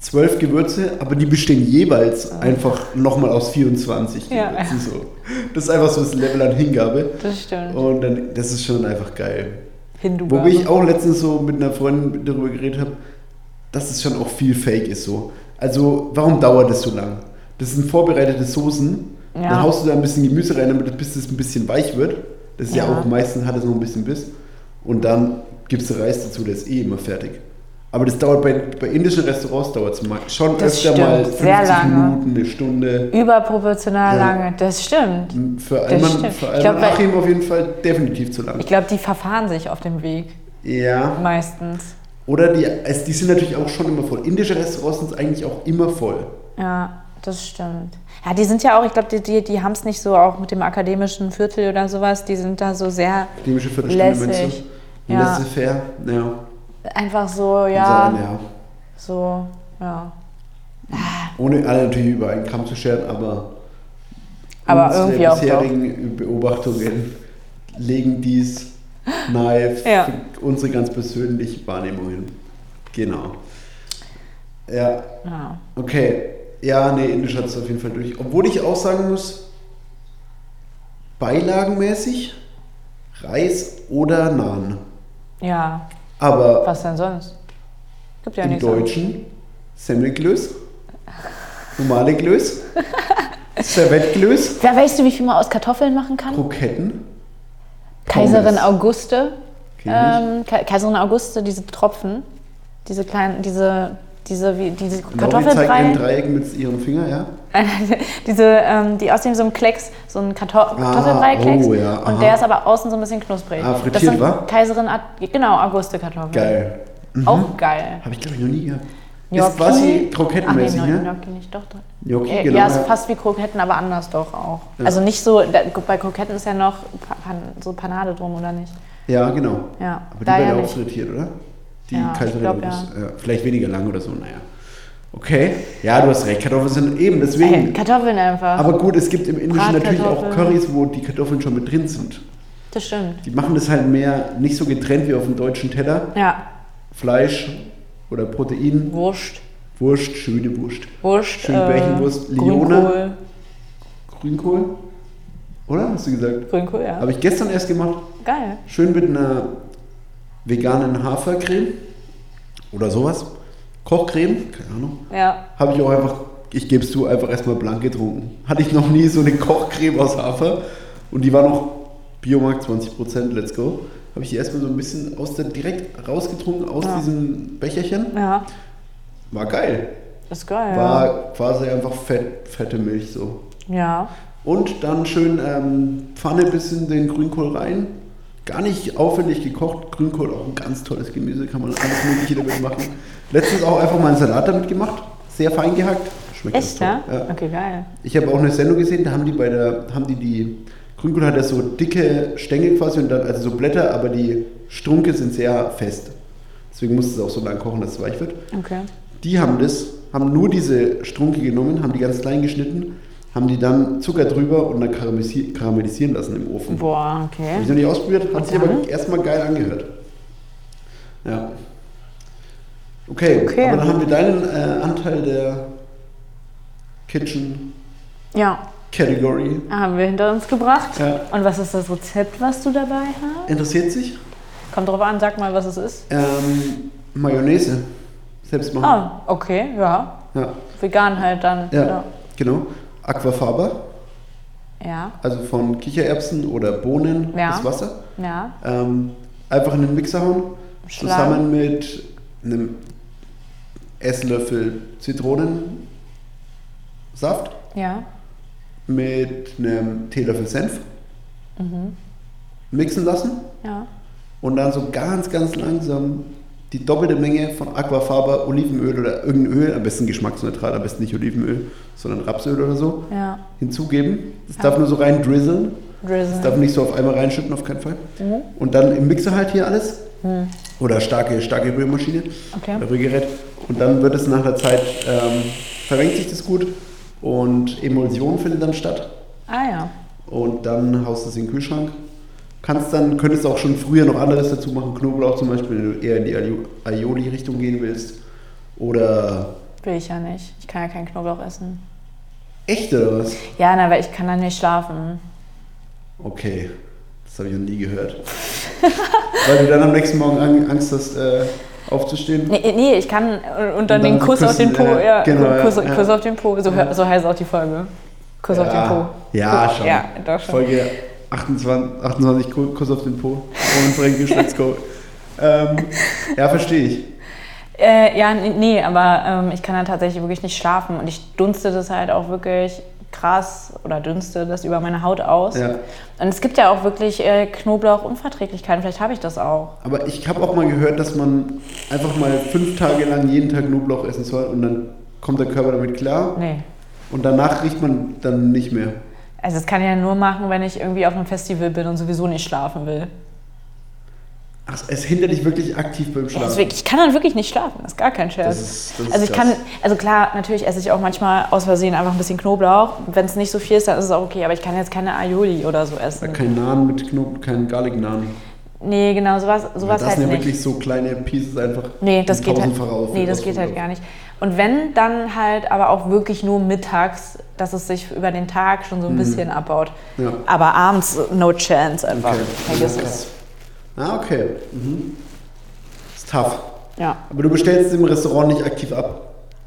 Speaker 3: zwölf Gewürze, aber die bestehen jeweils einfach nochmal aus 24
Speaker 1: Ah. Ja,
Speaker 3: Gewürzen. So. Das ist einfach so das Level an Hingabe.
Speaker 1: Das stimmt.
Speaker 3: Und dann, das ist schon einfach geil.
Speaker 1: hindu
Speaker 3: Wobei ich auch letztens so mit einer Freundin darüber geredet habe, dass es schon auch viel Fake ist so. Also warum dauert das so lang? Das sind vorbereitete Soßen.
Speaker 1: Ja.
Speaker 3: Dann haust du da ein bisschen Gemüse rein, damit es- bis es ein bisschen weich wird. Das ist ja,
Speaker 1: Ja.
Speaker 3: auch meistens hat es noch ein bisschen Biss. Und dann gibst du Reis dazu, der ist eh immer fertig. Aber das dauert bei, bei indischen Restaurants dauert es schon
Speaker 1: Das
Speaker 3: öfter mal
Speaker 1: stimmt,
Speaker 3: 50
Speaker 1: sehr lange.
Speaker 3: Minuten, eine Stunde.
Speaker 1: Überproportional
Speaker 3: Ja. Mhm.
Speaker 1: lange. Das stimmt.
Speaker 3: Für
Speaker 1: Das
Speaker 3: Alman,
Speaker 1: stimmt.
Speaker 3: für
Speaker 1: Ich
Speaker 3: Alman
Speaker 1: glaub, bei-
Speaker 3: Achim auf jeden Fall definitiv zu lang.
Speaker 1: Ich glaube, die verfahren sich auf dem Weg
Speaker 3: Ja.
Speaker 1: meistens.
Speaker 3: Oder die, es, die sind natürlich auch schon immer voll. Indische Restaurants sind eigentlich auch immer voll.
Speaker 1: Ja, das stimmt. Ja, die sind ja auch, ich glaube, die, die, die haben es nicht so auch mit dem akademischen Viertel oder sowas. Die sind da so sehr
Speaker 3: Chemische Viertelstunde, meinst
Speaker 1: lässig.
Speaker 3: du?
Speaker 1: Ja.
Speaker 3: Laissez-faire, ja.
Speaker 1: Einfach so,
Speaker 3: Kann Sein,
Speaker 1: ja.
Speaker 3: ja.
Speaker 1: So, ja.
Speaker 3: Ohne alle natürlich über einen Kamm zu scheren, aber,
Speaker 1: Aber
Speaker 3: unsere
Speaker 1: irgendwie auch
Speaker 3: bisherigen Beobachtungen legen dies nahe für
Speaker 1: Ja.
Speaker 3: unsere ganz persönlichen Wahrnehmungen. Genau. Ja,
Speaker 1: ja.
Speaker 3: Okay. Ja, nee, Indisch hat es auf jeden Fall durch. Obwohl ich auch sagen muss, beilagenmäßig Reis oder Naan.
Speaker 1: Ja,
Speaker 3: Aber
Speaker 1: was denn sonst? Gibt ja
Speaker 3: im
Speaker 1: nichts. anderes.
Speaker 3: Deutschen Semmelglöß, normale Glöß, Servettglöß,
Speaker 1: Ja, weißt du, wie viel man aus Kartoffeln machen kann?
Speaker 3: Kroketten.
Speaker 1: Kaiserin
Speaker 3: Pommes.
Speaker 1: Auguste.
Speaker 3: Kenn
Speaker 1: Ähm, Ka- Kaiserin Auguste, diese Tropfen, diese kleinen, diese, diese, wie, diese
Speaker 3: Lauri zeigt
Speaker 1: Kartoffelbrei.
Speaker 3: Genau, ein Dreieck mit ihrem Finger, ja?
Speaker 1: diese, ähm, die aussehen wie so ein Klecks, so ein Karto Kartoffelbrei-Klecks.
Speaker 3: Ah, oh ja, aha.
Speaker 1: und der ist aber außen so ein bisschen knusprig.
Speaker 3: Ah, frittiert,
Speaker 1: das sind
Speaker 3: wa?
Speaker 1: Kaiserin, Ad- genau, Auguste-Kartoffeln.
Speaker 3: Geil.
Speaker 1: Auch geil.
Speaker 3: Habe ich, glaube ich, noch nie gehabt.
Speaker 1: Gnocchi-
Speaker 3: Ist quasi
Speaker 1: Ach nee,
Speaker 3: krokettenmäßig,
Speaker 1: Gnocchi-
Speaker 3: ne?
Speaker 1: Gnocchi nicht, doch. doch.
Speaker 3: Gnocchi,
Speaker 1: Äh,
Speaker 3: genau,
Speaker 1: ja, ist
Speaker 3: ja.
Speaker 1: fast wie Kroketten, aber anders doch auch. Also nicht so, da, bei Kroketten ist ja noch pa- pan, so Panade drum, oder nicht?
Speaker 3: Ja, genau.
Speaker 1: Ja,
Speaker 3: Aber die
Speaker 1: da ja
Speaker 3: werden auch
Speaker 1: nicht.
Speaker 3: frittiert, oder? Die
Speaker 1: Ja, ich
Speaker 3: Kaiserin
Speaker 1: glaub,
Speaker 3: August. Ja. Vielleicht weniger lang oder so, naja. Okay, ja, du hast recht, Kartoffeln sind eben
Speaker 1: Ey,
Speaker 3: deswegen.
Speaker 1: Äh, Kartoffeln einfach.
Speaker 3: Aber gut, es gibt im Indischen natürlich auch
Speaker 1: Bratkartoffeln.
Speaker 3: Currys, wo die Kartoffeln schon mit drin sind.
Speaker 1: das stimmt.
Speaker 3: Die machen das halt mehr nicht so getrennt wie auf dem deutschen Teller,
Speaker 1: Ja,
Speaker 3: Fleisch oder Protein,
Speaker 1: Wurst,
Speaker 3: Wurst, schöne Wurst.
Speaker 1: Wurst,
Speaker 3: Schön Bärchenwurst, Lione.
Speaker 1: Grünkohl,
Speaker 3: Grünkohl, oder? Hast du gesagt?
Speaker 1: Grünkohl, ja.
Speaker 3: Habe ich gestern erst gemacht.
Speaker 1: Geil.
Speaker 3: Schön mit einer veganen Hafercreme oder sowas. Kochcreme, keine Ahnung.
Speaker 1: Ja,
Speaker 3: Habe ich auch einfach, ich gebe es zu, einfach erstmal blank getrunken. Hatte ich noch nie so eine Kochcreme aus Hafer und die war noch Biomarkt 20%, let's go. Habe ich die erstmal so ein bisschen aus der, direkt rausgetrunken aus
Speaker 1: Ja.
Speaker 3: diesem Becherchen.
Speaker 1: ja.
Speaker 3: War geil.
Speaker 1: Ist geil.
Speaker 3: War quasi einfach fett, fette Milch so.
Speaker 1: ja.
Speaker 3: Und dann schön ähm, Pfanne bisschen den Grünkohl rein. Gar nicht aufwendig gekocht. Grünkohl auch ein ganz tolles Gemüse, kann man alles Mögliche damit machen. Letztens auch einfach mal einen Salat damit gemacht. Sehr fein gehackt. Schmeckt
Speaker 1: Echt,
Speaker 3: ganz
Speaker 1: ja?
Speaker 3: toll. Ja.
Speaker 1: Okay, geil.
Speaker 3: Ich habe auch eine Sendung gesehen, da haben die bei der, haben die die, Grünkohl hat ja so dicke Stängel quasi und dann, also so Blätter, aber die Strunke sind sehr fest. Deswegen muss es auch so lange kochen, dass es weich wird.
Speaker 1: Okay.
Speaker 3: Die haben das, haben nur diese Strunke genommen, haben die ganz klein geschnitten, haben die dann Zucker drüber und dann karamellisi- karamellisieren lassen im Ofen. Habe
Speaker 1: Boah,
Speaker 3: ich
Speaker 1: okay.
Speaker 3: noch nicht ausprobiert, hat sich
Speaker 1: Und dann?
Speaker 3: aber erstmal geil angehört. Ja. Okay,
Speaker 1: Okay.
Speaker 3: aber dann haben wir deinen äh, Anteil der Kitchen
Speaker 1: Ja,
Speaker 3: Category.
Speaker 1: haben wir hinter uns gebracht.
Speaker 3: Ja.
Speaker 1: Und was ist das Rezept, was du dabei hast?
Speaker 3: Interessiert sich?
Speaker 1: Kommt drauf an, sag mal, was es ist.
Speaker 3: Ähm, Mayonnaise. Selbst machen.
Speaker 1: Ah, okay, ja.
Speaker 3: Ja,
Speaker 1: Vegan halt dann.
Speaker 3: ja,
Speaker 1: oder?
Speaker 3: genau. Aquafaba,
Speaker 1: Ja,
Speaker 3: also von Kichererbsen oder Bohnen,
Speaker 1: Ja.
Speaker 3: das Wasser.
Speaker 1: ja.
Speaker 3: Ähm, einfach in den Mixer hauen,
Speaker 1: Schlagen.
Speaker 3: zusammen mit einem Esslöffel Zitronensaft,
Speaker 1: Ja,
Speaker 3: mit einem Teelöffel Senf. Mixen lassen
Speaker 1: ja.
Speaker 3: und dann so ganz, ganz langsam die doppelte Menge von Aquafaba, Olivenöl oder irgendein Öl, am besten geschmacksneutral, am besten nicht Olivenöl, sondern Rapsöl oder so,
Speaker 1: Ja.
Speaker 3: hinzugeben. Es darf nur so rein drizzeln. Das darf
Speaker 1: Drizzle.
Speaker 3: nicht so auf einmal reinschütten, auf keinen Fall. Und dann im Mixer halt hier alles. Oder starke, starke Rührmaschine
Speaker 1: Okay.
Speaker 3: oder Rührgerät. Und dann wird es nach der Zeit, ähm, verrenkt sich das gut und Emulsion findet dann statt.
Speaker 1: Ah ja.
Speaker 3: Und dann haust du es in den Kühlschrank. Kannst dann, könntest auch schon früher noch anderes dazu machen, Knoblauch zum Beispiel, wenn du eher in die Aio- Aioli-Richtung gehen willst. Oder
Speaker 1: Will ich ja nicht. Ich kann ja keinen Knoblauch essen.
Speaker 3: echt oder was?
Speaker 1: Ja, na, weil ich kann dann nicht schlafen.
Speaker 3: Okay, das habe ich noch nie gehört. Weil du dann am nächsten Morgen an- Angst hast, äh, aufzustehen.
Speaker 1: Nee, nee ich kann äh, und dann
Speaker 3: dann
Speaker 1: den Kuss auf den Po.
Speaker 3: küssen, äh,
Speaker 1: Ja,
Speaker 3: genau,
Speaker 1: Kuss,
Speaker 3: ja, ja.
Speaker 1: Kuss auf den Po. So, hör- so heißt auch die Folge. Kuss auf den Po.
Speaker 3: Ja,
Speaker 1: Kuss-
Speaker 3: schon.
Speaker 1: Ja, doch schon.
Speaker 3: Folge 28, 28 Ku- Kuss auf den Po. Und Fränkisch, let's go. ähm, ja, verstehe ich.
Speaker 1: Äh, ja, n- nee, aber ähm, ich kann dann tatsächlich wirklich nicht schlafen und ich dunste das halt auch wirklich krass oder dünste das über meine Haut aus.
Speaker 3: Ja.
Speaker 1: Und es gibt ja auch wirklich äh, Knoblauchunverträglichkeiten, vielleicht habe ich das auch.
Speaker 3: Aber ich habe auch mal gehört, dass man einfach mal fünf Tage lang jeden Tag Knoblauch essen soll und dann kommt der Körper damit klar
Speaker 1: Nee.
Speaker 3: und danach riecht man dann nicht mehr.
Speaker 1: Also das kann ich ja nur machen, wenn ich irgendwie auf einem Festival bin und sowieso nicht schlafen will.
Speaker 3: Ach, es hindert dich wirklich aktiv beim
Speaker 1: Das ist
Speaker 3: Schlafen.
Speaker 1: Also wirklich, ich kann dann wirklich nicht schlafen, das ist gar kein Scherz.
Speaker 3: Das ist- das ist
Speaker 1: also ich
Speaker 3: krass.
Speaker 1: kann, also klar, natürlich esse ich auch manchmal aus Versehen einfach ein bisschen Knoblauch. Wenn es nicht so viel ist, dann ist es auch okay, aber ich kann jetzt keine Aioli oder so essen.
Speaker 3: Kein Nahen mit Knoblauch, kein Garlic-Nahen.
Speaker 1: Nee, genau, sowas, sowas
Speaker 3: das
Speaker 1: halt
Speaker 3: sind ja
Speaker 1: nicht.
Speaker 3: wirklich so kleine Pieces einfach.
Speaker 1: Nee, das geht halt,
Speaker 3: tausendfache auf-
Speaker 1: nee, das
Speaker 3: auf-
Speaker 1: geht halt gar nicht. Und wenn, dann halt aber auch wirklich nur mittags, dass es sich über den Tag schon so
Speaker 3: Mhm.
Speaker 1: ein bisschen abbaut.
Speaker 3: Ja.
Speaker 1: Aber abends no chance einfach.
Speaker 3: Okay.
Speaker 1: Vergiss
Speaker 3: Ja,
Speaker 1: es.
Speaker 3: krass. Ah, okay. Mhm. Ist tough.
Speaker 1: Ja,
Speaker 3: Aber du bestellst es im Restaurant nicht aktiv ab.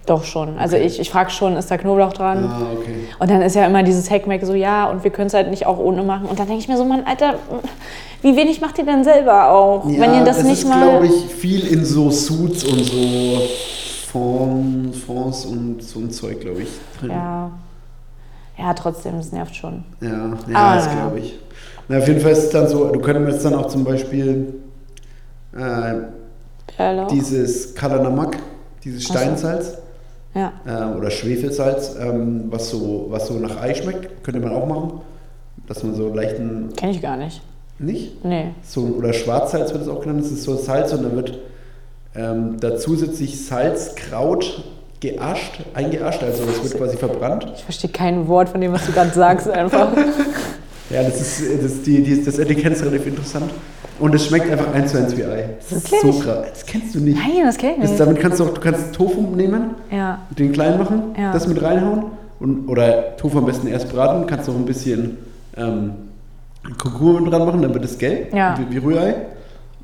Speaker 1: doch schon. Also ich, ich frage schon, ist da Knoblauch dran?
Speaker 3: Ah, okay.
Speaker 1: Und dann ist ja immer dieses Hackmack so, ja, und wir können es halt nicht auch ohne machen. Und dann denke ich mir so, Mann, Alter, wie wenig macht ihr denn selber auch? Wenn ihr das,
Speaker 3: es
Speaker 1: nicht
Speaker 3: ist,
Speaker 1: mal.
Speaker 3: glaube ich, viel in so Suits und so Fond- Fonds und so ein Zeug, glaube ich, drin.
Speaker 1: ja. ja, trotzdem, das nervt schon.
Speaker 3: Ja, ja
Speaker 1: Ah.
Speaker 3: das glaube ich. Na, auf jeden Fall ist es dann so, du könntest dann auch zum Beispiel äh,
Speaker 1: Bärlauch.
Speaker 3: dieses Kalanamak, dieses
Speaker 1: Ach so.
Speaker 3: Steinsalz,
Speaker 1: Ja.
Speaker 3: äh, oder Schwefelsalz, ähm, was, so, was so nach Ei schmeckt, könnte man auch machen. Dass man so leichten.
Speaker 1: Kenne ich gar nicht.
Speaker 3: Nicht?
Speaker 1: Nee.
Speaker 3: So, oder Schwarzsalz wird es auch genannt. Das ist so Salz und dann wird ähm, da zusätzlich Salzkraut geascht, eingeascht, also es wird quasi verbrannt.
Speaker 1: Ich verstehe kein Wort von dem, was du gerade sagst, einfach.
Speaker 3: Ja, das ist, äh, das, die, die, das Etikett ist relativ interessant. Und es schmeckt einfach eins zu eins wie Ei. Das ist
Speaker 1: kenn
Speaker 3: so
Speaker 1: ich.
Speaker 3: krass. Das kennst du nicht.
Speaker 1: Nein, das kenne ich
Speaker 3: Das,
Speaker 1: nicht.
Speaker 3: damit kannst du auch, du kannst Tofu nehmen,
Speaker 1: Ja.
Speaker 3: den klein machen,
Speaker 1: Ja.
Speaker 3: das mit reinhauen. Und, oder Tofu am besten erst braten, kannst auch ein bisschen ähm, Kurkuma mit dran machen, dann wird es gelb,
Speaker 1: Ja.
Speaker 3: wie, wie Rührei.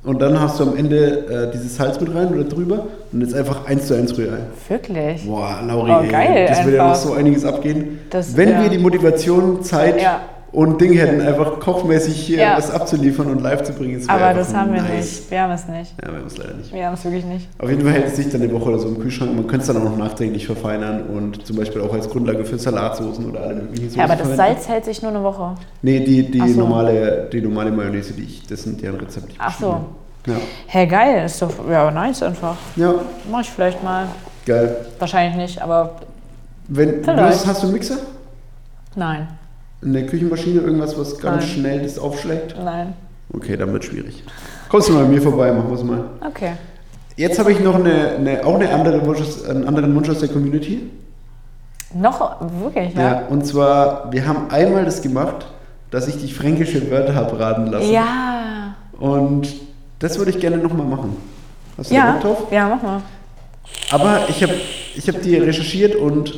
Speaker 3: Und dann hast du am Ende äh, dieses Salz mit rein oder drüber und jetzt einfach eins zu eins Rührei.
Speaker 1: Wirklich?
Speaker 3: Boah, Lauri,
Speaker 1: Oh,
Speaker 3: ey,
Speaker 1: geil,
Speaker 3: das wird ja noch
Speaker 1: einfach.
Speaker 3: so einiges abgehen.
Speaker 1: Das-
Speaker 3: Wenn
Speaker 1: ja.
Speaker 3: wir die Motivation, Zeit
Speaker 1: Ja.
Speaker 3: und Ding hätten, einfach kochmäßig hier
Speaker 1: Ja.
Speaker 3: was abzuliefern und live zu bringen, wäre
Speaker 1: Aber
Speaker 3: einfach
Speaker 1: das haben wir
Speaker 3: nice.
Speaker 1: nicht. Wir haben es nicht.
Speaker 3: Ja, wir haben es leider nicht.
Speaker 1: Wir haben es wirklich nicht.
Speaker 3: Auf jeden Fall hält es sich dann eine Woche oder so im Kühlschrank. Man könnte es dann auch noch nachträglich verfeinern und zum Beispiel auch als Grundlage für Salatsoßen oder alle möglichen Soßen
Speaker 1: Ja, aber das
Speaker 3: verwenden.
Speaker 1: Salz hält sich nur eine Woche.
Speaker 3: Nee, die, die,
Speaker 1: Ach so.
Speaker 3: normale, die normale Mayonnaise, die ich, das sind deren Rezept. die ich
Speaker 1: Ach so.
Speaker 3: bestimme.
Speaker 1: Hä, geil. Ist doch ja, nice einfach.
Speaker 3: Ja. ja,
Speaker 1: Mach ich vielleicht mal.
Speaker 3: geil.
Speaker 1: Wahrscheinlich nicht, aber
Speaker 3: Wenn, du
Speaker 1: Vielleicht.
Speaker 3: hast, hast du einen Mixer?
Speaker 1: nein.
Speaker 3: Eine Küchenmaschine, irgendwas, was ganz
Speaker 1: Nein.
Speaker 3: schnell das aufschlägt?
Speaker 1: Nein.
Speaker 3: Okay, dann wird schwierig. Kommst du mal bei mir vorbei, machen wir es mal.
Speaker 1: Okay.
Speaker 3: Jetzt habe ich noch eine, eine, auch eine andere Wunsch, aus- einen anderen Wunsch aus der Community.
Speaker 1: Noch wirklich,
Speaker 3: Ja.
Speaker 1: ja?
Speaker 3: und zwar, wir haben einmal das gemacht, dass ich dich fränkische Wörter habe raten lassen.
Speaker 1: Ja.
Speaker 3: Und das würde ich gerne nochmal machen. Hast du da
Speaker 1: Ja.
Speaker 3: Bock drauf?
Speaker 1: Ja, mach mal.
Speaker 3: Aber ich habe ich hab die recherchiert und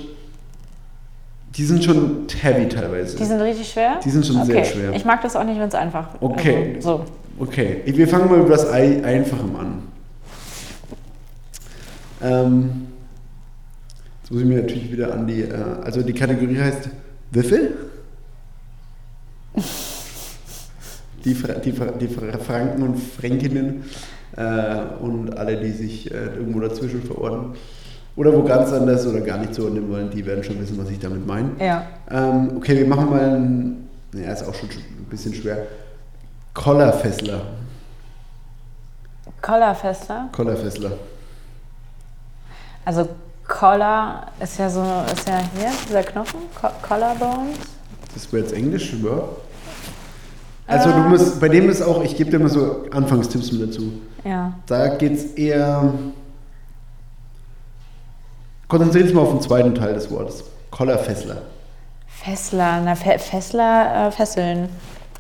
Speaker 3: die sind schon heavy teilweise.
Speaker 1: Die sind richtig schwer?
Speaker 3: Die sind schon
Speaker 1: okay.
Speaker 3: sehr schwer.
Speaker 1: Ich mag das auch nicht, wenn es einfach
Speaker 3: Okay.
Speaker 1: Also, so.
Speaker 3: okay, wir fangen mal über das Ei Einfachem an. Ähm, jetzt muss ich mir natürlich wieder an die, äh, also die Kategorie heißt Würfel. Die, Fra die, Fra die Fra Franken und Fränkinnen äh, und alle, die sich äh, irgendwo dazwischen verorten oder wo ganz anders oder gar nicht zuordnen wollen, die werden schon wissen, was ich damit meine.
Speaker 1: Ja.
Speaker 3: Ähm, okay, wir machen mal ein. Ja, ist auch schon sch- ein bisschen schwer. Kollerfessler.
Speaker 1: Collarfester.
Speaker 3: Kollerfessler.
Speaker 1: Also Collar ist ja so, ist ja hier, dieser Knochen, Co Collarbones.
Speaker 3: Das wäre jetzt Englisch, oder? Also du musst, bei dem ist auch, ich gebe dir mal so Anfangstipps mit dazu.
Speaker 1: Ja.
Speaker 3: Da geht's eher. Konzentriere dich mal auf den zweiten Teil des Wortes. Kollerfessler.
Speaker 1: Fessler, na Fe Fessler, äh, Fesseln.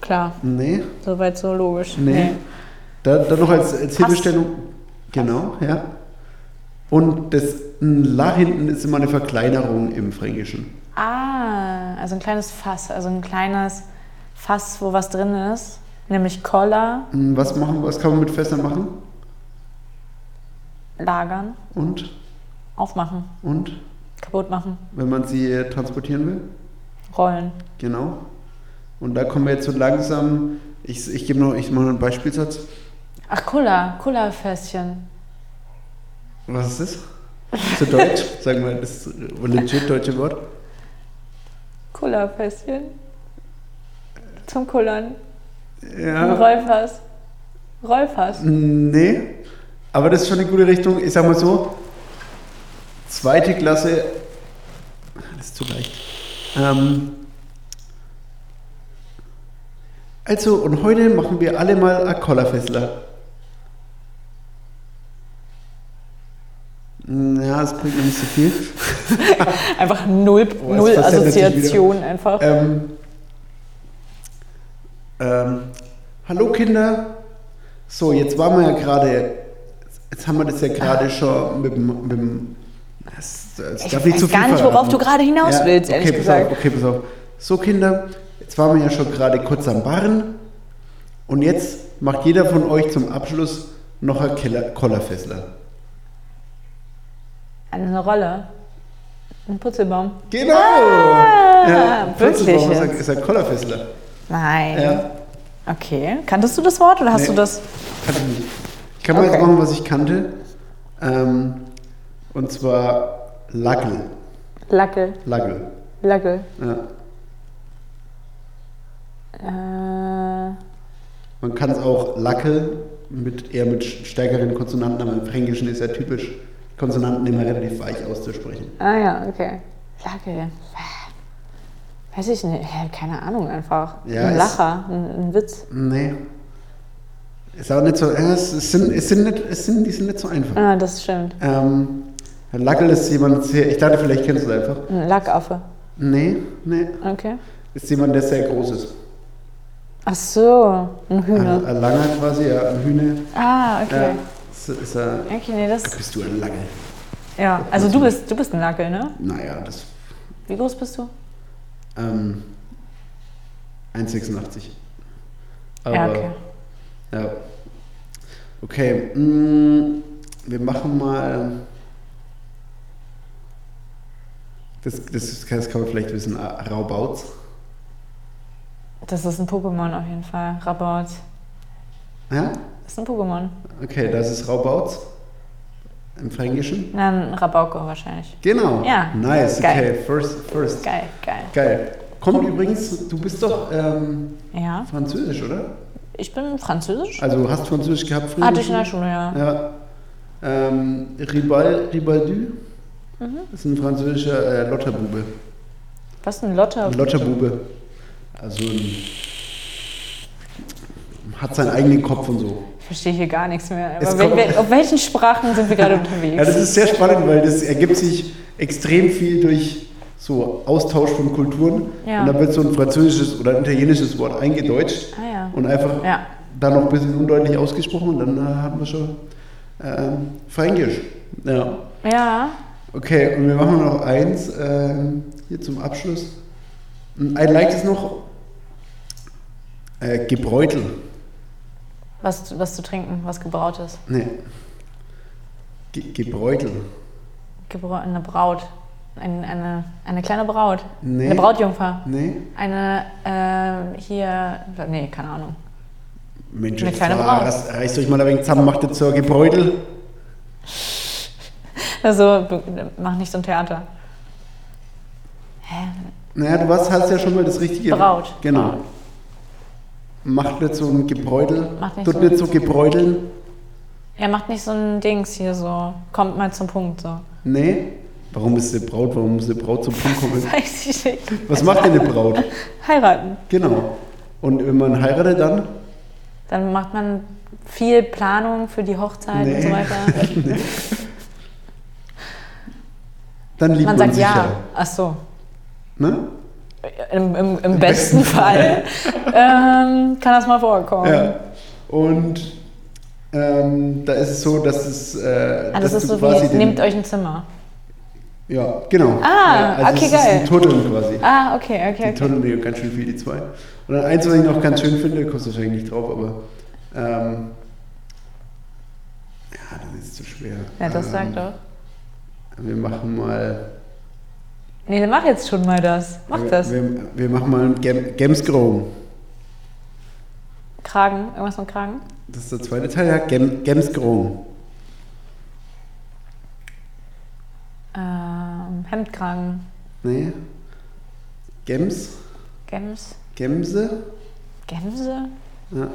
Speaker 1: Klar,
Speaker 3: Nee?
Speaker 1: soweit so logisch.
Speaker 3: Nee. Da, dann noch als,
Speaker 1: Pass.
Speaker 3: als Hilfestellung. Genau, ja. Und das ein La hinten ist immer eine Verkleinerung im Fränkischen.
Speaker 1: Ah, also ein kleines Fass, also ein kleines Fass, wo was drin ist, nämlich Collar,
Speaker 3: Hm, Was machen, was kann man mit Fässern machen?
Speaker 1: lagern,
Speaker 3: Und?
Speaker 1: aufmachen,
Speaker 3: Und?
Speaker 1: kaputt machen,
Speaker 3: Wenn man sie äh, transportieren will?
Speaker 1: rollen.
Speaker 3: Genau. Und da kommen wir jetzt so langsam. Ich, ich gebe noch, ich mache noch einen Beispielsatz.
Speaker 1: Ach, Collar, Collarfässchen.
Speaker 3: Was ist das? Zu Deutsch, sagen wir, das ist ein legit deutsche Wort.
Speaker 1: Collarfässchen. Zum Kullern. Ein
Speaker 3: Ja.
Speaker 1: Rollfass. Rollfass.
Speaker 3: Nee. Aber das ist schon eine gute Richtung. Ich sag mal so. Zweite Klasse. Das ist zu leicht. Ähm, also, und heute machen wir alle mal ein Kollerfessler. Ja, das bringt mir nicht so viel.
Speaker 1: Einfach null,
Speaker 3: Oh, es
Speaker 1: null
Speaker 3: versendet sich wieder.
Speaker 1: Assoziation einfach.
Speaker 3: Ähm, ähm, hallo Kinder. So, jetzt waren wir ja gerade. Jetzt haben wir das ja
Speaker 1: Ah.
Speaker 3: gerade schon mit dem. Mit dem das, das
Speaker 1: Ich
Speaker 3: darf nicht
Speaker 1: weiß
Speaker 3: zu viel
Speaker 1: gar nicht, worauf
Speaker 3: verraten.
Speaker 1: du gerade hinaus willst, ehrlich
Speaker 3: okay, pass
Speaker 1: gesagt.
Speaker 3: Auf, okay, pass auf. So, Kinder, jetzt waren wir ja schon gerade kurz am Barren. Und jetzt macht jeder von euch zum Abschluss noch ein Keller- Kollerfessler.
Speaker 1: Eine Rolle. Ein Putzelbaum.
Speaker 3: Genau!
Speaker 1: Ah,
Speaker 3: Franzis,
Speaker 1: wirklich
Speaker 3: warum ist er-
Speaker 1: jetzt?
Speaker 3: ist ein Kollerfessler.
Speaker 1: Nein.
Speaker 3: Ja.
Speaker 1: Okay. Kanntest du das Wort oder hast
Speaker 3: Nee.
Speaker 1: du das?
Speaker 3: Kann ich nicht. Ich kann mal
Speaker 1: Okay.
Speaker 3: jetzt machen, was ich kannte. Ähm, und zwar Lagel.
Speaker 1: Lackel.
Speaker 3: Lagel.
Speaker 1: Lackel.
Speaker 3: Ja.
Speaker 1: Äh,
Speaker 3: Man kann es auch Lackel mit eher mit stärkeren Konsonanten, aber im Fränkischen ist ja typisch, Konsonanten immer relativ weich auszusprechen.
Speaker 1: ah ja, okay. Lackel. Weiß ich nicht. Hä, keine Ahnung einfach.
Speaker 3: Ja,
Speaker 1: ein
Speaker 3: ist-
Speaker 1: Lacher, ein, ein Witz.
Speaker 3: Nee. Ist auch nicht so. äh, Es es sind, es sind, nicht, es sind, die sind nicht so einfach.
Speaker 1: Ah, das stimmt.
Speaker 3: Ähm, Lackel ist jemand sehr. Ich dachte, vielleicht kennst du es einfach.
Speaker 1: Ein Lackaffe.
Speaker 3: Nee, nee.
Speaker 1: Okay.
Speaker 3: Ist jemand, der sehr groß ist.
Speaker 1: Ach so, ein
Speaker 3: Ein
Speaker 1: Hühner.
Speaker 3: ein Langer quasi, ja, ein Hühne.
Speaker 1: Ah,
Speaker 3: Ja,
Speaker 1: okay.
Speaker 3: ist, ist er,
Speaker 1: Okay, nee, das.
Speaker 3: bist du ein Lange?
Speaker 1: Ja, also du bist, du bist ein Lackel, ne?
Speaker 3: Naja, das.
Speaker 1: Wie groß bist du?
Speaker 3: Ähm, 1,86. Aber,
Speaker 1: Ja, okay.
Speaker 3: Ja. Okay, mm, wir machen mal. Das, das, das kann man vielleicht wissen. ah, Raubautz.
Speaker 1: Das ist ein Pokémon auf jeden Fall. Rabaut.
Speaker 3: Ja?
Speaker 1: Ist ein Pokémon.
Speaker 3: Okay, das ist Raubautz. Im Fränkischen.
Speaker 1: Nein, Rabauke wahrscheinlich.
Speaker 3: Genau.
Speaker 1: Ja.
Speaker 3: Nice,
Speaker 1: Geil.
Speaker 3: okay. First, first. Geil.
Speaker 1: Geil, geil.
Speaker 3: Kommt übrigens, du bist doch ähm,
Speaker 1: Ja.
Speaker 3: Französisch, oder?
Speaker 1: Ich bin französisch.
Speaker 3: Also hast Französisch gehabt früher?
Speaker 1: Hatte ich in der Schule, ja.
Speaker 3: Ja. Ähm, Ribal, Ribaldu ist ein französischer äh, Lotterbube.
Speaker 1: Was ein Lotte?
Speaker 3: Ein Lotterbube. Also ein, hat seinen eigenen Kopf und so.
Speaker 1: Ich verstehe hier gar nichts mehr.
Speaker 3: Es
Speaker 1: Aber wel,
Speaker 3: kommt-
Speaker 1: wel, auf welchen Sprachen sind wir gerade unterwegs?
Speaker 3: Ja, das ist sehr spannend, weil das ergibt sich extrem viel durch so Austausch von Kulturen.
Speaker 1: Ja.
Speaker 3: Und dann wird so ein französisches oder ein italienisches Wort eingedeutscht
Speaker 1: Ah ja.
Speaker 3: und einfach
Speaker 1: Ja.
Speaker 3: dann noch ein bisschen undeutlich ausgesprochen und dann äh, haben wir schon ähm, Fränkisch. Ja.
Speaker 1: ja.
Speaker 3: Okay, und wir machen noch eins ähm, hier zum Abschluss. Hm, Ein Like ist noch äh, Gebräutel.
Speaker 1: Was, zu- was zu trinken, was gebrautes.
Speaker 3: Nee. Ge Gebräutel.
Speaker 1: Gebrau eine Braut. Ein, eine, eine kleine Braut.
Speaker 3: Nee.
Speaker 1: Eine Brautjungfer.
Speaker 3: Nee?
Speaker 1: Eine, ähm, hier, nee, keine Ahnung.
Speaker 3: Mensch,
Speaker 1: Eine
Speaker 3: jetzt
Speaker 1: kleine
Speaker 3: fahr-
Speaker 1: Braut.
Speaker 3: reiß- reißt euch mal ein wenig zusammen, macht jetzt so ein Gebräutel.
Speaker 1: Also, be- mach nicht so ein Theater. Hä?
Speaker 3: Naja, du warst, hast ja schon mal das richtige.
Speaker 1: Braut.
Speaker 3: Genau. Macht nicht so ein Gebräutel.
Speaker 1: Macht nicht
Speaker 3: Tut
Speaker 1: so-
Speaker 3: nicht so gebräuteln.
Speaker 1: Er macht nicht so ein Dings hier so. Kommt mal zum Punkt so.
Speaker 3: Nee? Warum ist eine Braut? Warum muss eine Braut zum Punkt kommen?
Speaker 1: Weiß ich nicht.
Speaker 3: Was macht denn eine Braut?
Speaker 1: Heiraten.
Speaker 3: Genau. Und wenn man heiratet, dann?
Speaker 1: Dann macht man viel Planung für die Hochzeit und so
Speaker 3: Nee.
Speaker 1: weiter.
Speaker 3: Dann liebt
Speaker 1: Man
Speaker 3: man,
Speaker 1: sagt
Speaker 3: sich
Speaker 1: ja. Ach so.
Speaker 3: Ne?
Speaker 1: Im, im, im besten Fall ähm, kann das mal vorkommen.
Speaker 3: Ja. Und ähm, da ist es so, dass es. Äh,
Speaker 1: Ah, das
Speaker 3: dass
Speaker 1: ist
Speaker 3: du
Speaker 1: so wie,
Speaker 3: den-
Speaker 1: nehmt euch ein Zimmer.
Speaker 3: Ja, genau.
Speaker 1: Ah,
Speaker 3: ja,
Speaker 1: okay,
Speaker 3: es ist
Speaker 1: geil.
Speaker 3: Ein Tunnel quasi.
Speaker 1: Ah, okay, okay,
Speaker 3: Die
Speaker 1: okay.
Speaker 3: tunneln mir ganz schön viel, die zwei. Und dann eins, was ich noch ganz schön finde, kommst du wahrscheinlich nicht drauf, aber. Ähm, ja, das ist zu schwer.
Speaker 1: Ja, das
Speaker 3: ähm,
Speaker 1: sagt doch.
Speaker 3: Wir machen mal.
Speaker 1: Nee, dann mach jetzt schon mal das. Mach
Speaker 3: wir,
Speaker 1: das.
Speaker 3: Wir, wir machen mal ein Gem Gemsgrom.
Speaker 1: Kragen, irgendwas mit Kragen?
Speaker 3: Das ist der zweite Teil, ja. Gem Gemsgrom.
Speaker 1: Ähm, Hemdkragen,
Speaker 3: Nee. Gems.
Speaker 1: Gems,
Speaker 3: Gemse.
Speaker 1: Gemse,
Speaker 3: Ja.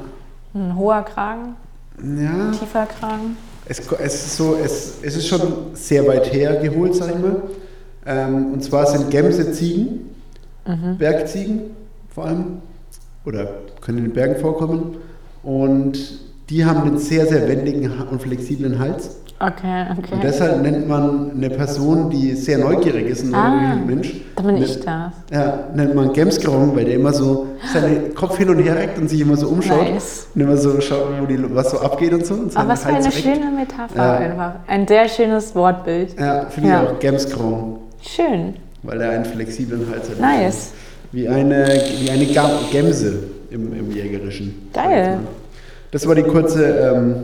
Speaker 1: ein hoher Kragen,
Speaker 3: Ja,
Speaker 1: tiefer Kragen.
Speaker 3: es, ko- es, ist so, es, es ist schon sehr weit hergeholt, sag ich mal. Ähm, und zwar sind Gämse Ziegen,
Speaker 1: Mhm.
Speaker 3: Bergziegen vor allem, oder können in den Bergen vorkommen. Und die haben einen sehr, sehr wendigen Ha- und flexiblen Hals.
Speaker 1: Okay,
Speaker 3: Und
Speaker 1: okay.
Speaker 3: deshalb nennt man eine Person, die sehr neugierig ist, ein
Speaker 1: Ah,
Speaker 3: neugieriger Mensch.
Speaker 1: Dann bin
Speaker 3: ne-
Speaker 1: ich da.
Speaker 3: Ja, nennt man Gemsgrong, weil der immer so seinen Kopf hin und her reckt und sich immer so umschaut.
Speaker 1: Nice.
Speaker 3: Und immer so schaut, wo die, was so abgeht und so. Und halt
Speaker 1: Aber
Speaker 3: seinen
Speaker 1: was für
Speaker 3: Hals
Speaker 1: eine
Speaker 3: reckt.
Speaker 1: schöne Metapher
Speaker 3: Ja.
Speaker 1: einfach. Ein sehr schönes Wortbild.
Speaker 3: Ja, finde
Speaker 1: Ja.
Speaker 3: ich auch Gemsgrong,
Speaker 1: Schön.
Speaker 3: weil er einen flexiblen Hals hat.
Speaker 1: Nice.
Speaker 3: Wie eine, wie eine Gam- Gemse im, im Jägerischen.
Speaker 1: Geil.
Speaker 3: Das war die kurze ähm,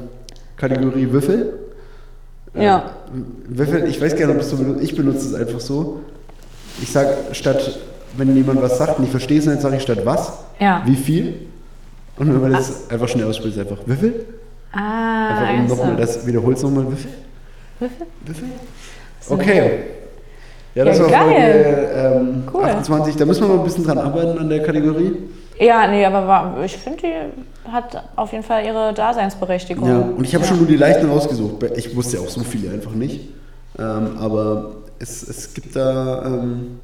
Speaker 3: Kategorie Würfel. Äh,
Speaker 1: Ja.
Speaker 3: Würfel, ich weiß gar nicht, ob das so benutzt. Ich benutze es einfach so. Ich sage statt, wenn jemand was sagt und ich verstehe es nicht, sage ich statt was,
Speaker 1: Ja.
Speaker 3: wie viel. Und wenn man das einfach schnell ausspricht, ist einfach Würfel.
Speaker 1: Ah,
Speaker 3: Einfach um nochmal
Speaker 1: also.
Speaker 3: das, wiederholst du nochmal Würfel? Würfel? Okay. Ja,
Speaker 1: Ja,
Speaker 3: das war
Speaker 1: geil.
Speaker 3: Folge ähm,
Speaker 1: Cool.
Speaker 3: 28. Da müssen wir mal ein bisschen dran arbeiten an der Kategorie.
Speaker 1: Ja, nee, aber war, ich finde, die hat auf jeden Fall ihre Daseinsberechtigung.
Speaker 3: Ja, und ich habe schon nur die leichten rausgesucht. Ich wusste ja auch so viele einfach nicht. Ähm, aber es, es gibt da. Ähm,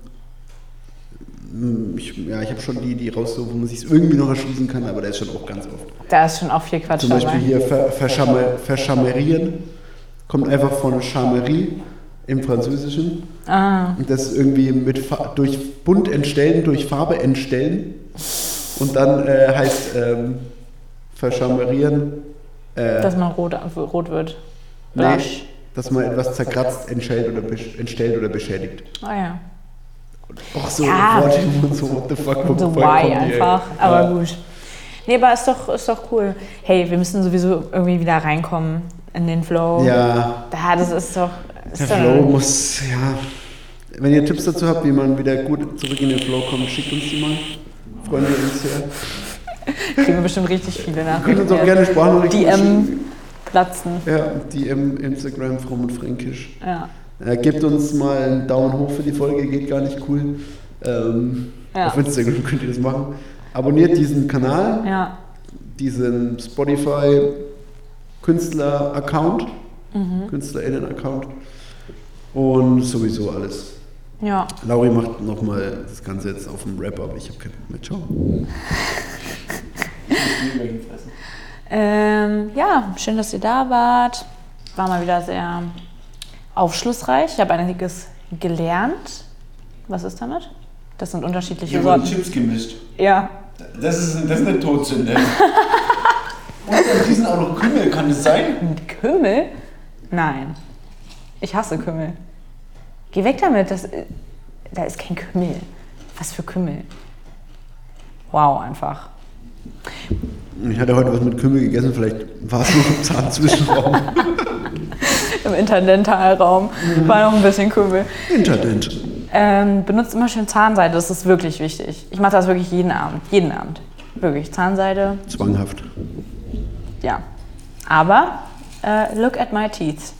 Speaker 3: ich, ja, ich habe schon die, die rausgesucht, wo man sich irgendwie noch erschließen kann, aber da ist schon auch ganz oft.
Speaker 1: Da ist schon auch viel Quatsch
Speaker 3: Zum Beispiel
Speaker 1: dabei.
Speaker 3: hier ver, verschammer, verschammerieren. Kommt einfach von Charmerie im Französischen.
Speaker 1: Ah,
Speaker 3: Und das irgendwie mit Fa- durch bunt entstellen, durch Farbe entstellen. Und dann äh, heißt ähm, verschamarieren, äh,
Speaker 1: dass man rot, rot wird.
Speaker 3: nee, dass man etwas zerkratzt, entstellt oder, besch- entstellt oder beschädigt.
Speaker 1: Ah ja.
Speaker 3: Auch so
Speaker 1: Ja.
Speaker 3: Worte und so, what the fuck, wo-
Speaker 1: So
Speaker 3: woher
Speaker 1: why
Speaker 3: kommen die, ey?
Speaker 1: einfach. Aber
Speaker 3: Ja.
Speaker 1: gut. Nee, aber ist doch, ist doch cool. Hey, wir müssen sowieso irgendwie wieder reinkommen in den Flow.
Speaker 3: Ja,
Speaker 1: Da, das ist doch. Ist
Speaker 3: der
Speaker 1: doch
Speaker 3: Flow muss, ja. Wenn ihr Tipps dazu habt, wie man wieder gut zurück in den Flow kommt, schickt uns die mal. Freuen wir uns sehr.
Speaker 1: kriegen wir bestimmt richtig viele
Speaker 3: Ihr könnt
Speaker 1: Nachrichten.
Speaker 3: uns auch gerne Sprachnachrichten
Speaker 1: DM.
Speaker 3: schicken.
Speaker 1: platzen.
Speaker 3: Ja, DM, Instagram, Fromm und Fränkisch.
Speaker 1: Ja.
Speaker 3: Äh, gebt uns mal einen Daumen hoch für die Folge, geht gar nicht cool. Ähm,
Speaker 1: Ja.
Speaker 3: Auf Instagram könnt ihr das machen. Abonniert diesen Kanal,
Speaker 1: Ja.
Speaker 3: diesen Spotify-Künstler-Account,
Speaker 1: Mhm.
Speaker 3: KünstlerInnen-Account und sowieso alles.
Speaker 1: Ja.
Speaker 3: Lauri macht nochmal das Ganze jetzt auf dem Rap, aber ich habe keinen Bock mehr. Ciao.
Speaker 1: Ähm, ja, schön, dass ihr da wart. War mal wieder sehr aufschlussreich. Ich habe einiges gelernt. Was ist damit? Das sind unterschiedliche
Speaker 4: Hier wurden
Speaker 1: Sorten.
Speaker 4: Chips gemischt.
Speaker 1: Ja.
Speaker 4: Das ist, das ist eine Todsünde. Und dann diesen auch noch Kümmel, kann es sein?
Speaker 1: Mit Kümmel? Nein. Ich hasse Kümmel. Geh weg damit. Das, äh, da ist kein Kümmel. Was für Kümmel? Wow, einfach.
Speaker 3: Ich hatte heute was mit Kümmel gegessen, vielleicht war es nur im Zahnzwischenraum.
Speaker 1: Im Interdentalraum war noch ein bisschen Kümmel.
Speaker 3: Internet.
Speaker 1: Ähm, benutzt immer schön Zahnseide, das ist wirklich wichtig. Ich mache das wirklich jeden Abend. Jeden Abend. Wirklich. Zahnseide,
Speaker 3: Zwanghaft.
Speaker 1: ja. Aber äh, look at my teeth.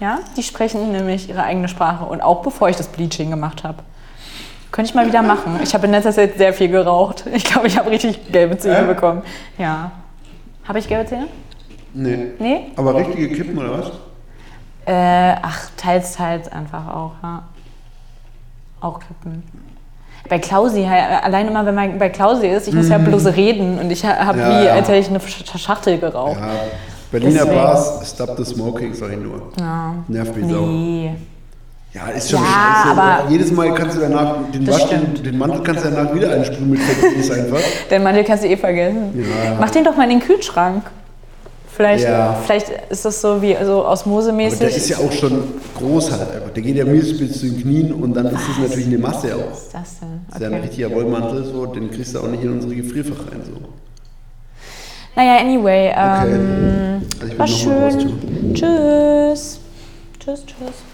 Speaker 1: Ja, die sprechen nämlich ihre eigene Sprache. Und auch bevor ich das Bleaching gemacht habe. Könnte ich mal wieder machen. Ich habe in letzter Zeit sehr viel geraucht. Ich glaube, ich habe richtig gelbe Zähne
Speaker 4: Äh?
Speaker 1: bekommen. Ja. Habe ich gelbe Zähne?
Speaker 3: Nee.
Speaker 1: Nee?
Speaker 3: Aber richtige Kippen oder was?
Speaker 1: Äh, ach, teils, teils einfach auch, ja. Auch Kippen. Bei Klausi, ja, allein immer, wenn man bei Klausi ist, ich muss ja bloß reden und ich habe
Speaker 3: Mhm. Ja,
Speaker 1: wie,
Speaker 3: ja.
Speaker 1: als hätte ich eine Sch- Schachtel geraucht.
Speaker 3: Ja. Berliner
Speaker 1: Deswegen.
Speaker 3: Bars, stop the smoking, sag ich nur.
Speaker 1: Ja.
Speaker 3: Nervt mich sau.
Speaker 1: Nee.
Speaker 3: Ja, ist schon
Speaker 1: Ja,
Speaker 3: scheiße.
Speaker 1: aber-
Speaker 3: Jedes Mal kannst du danach, den,
Speaker 1: Das
Speaker 3: Mantel- den Mantel kannst du danach wieder einsprühen mit Vergiss einfach.
Speaker 1: Den Mantel kannst du eh vergessen.
Speaker 3: Ja.
Speaker 1: Mach den doch mal in den Kühlschrank. Vielleicht,
Speaker 3: Ja.
Speaker 1: vielleicht ist das so wie also so
Speaker 3: Aber der
Speaker 1: osmosemäßig.
Speaker 3: ist ja auch schon groß halt einfach. Der geht ja mühsam bis zu den Knien und dann ist es natürlich eine Masse auch.
Speaker 1: Was ist das denn?
Speaker 3: Das ist ja ein
Speaker 1: Okay.
Speaker 3: richtiger Wollmantel, so, den kriegst du auch nicht in unsere Gefrierfach rein. So.
Speaker 1: Naja, anyway.
Speaker 3: Okay.
Speaker 1: Ähm,
Speaker 3: Also ich will
Speaker 1: war
Speaker 3: nochmal raus
Speaker 1: schön. Tschüss. Tschüss, tschüss.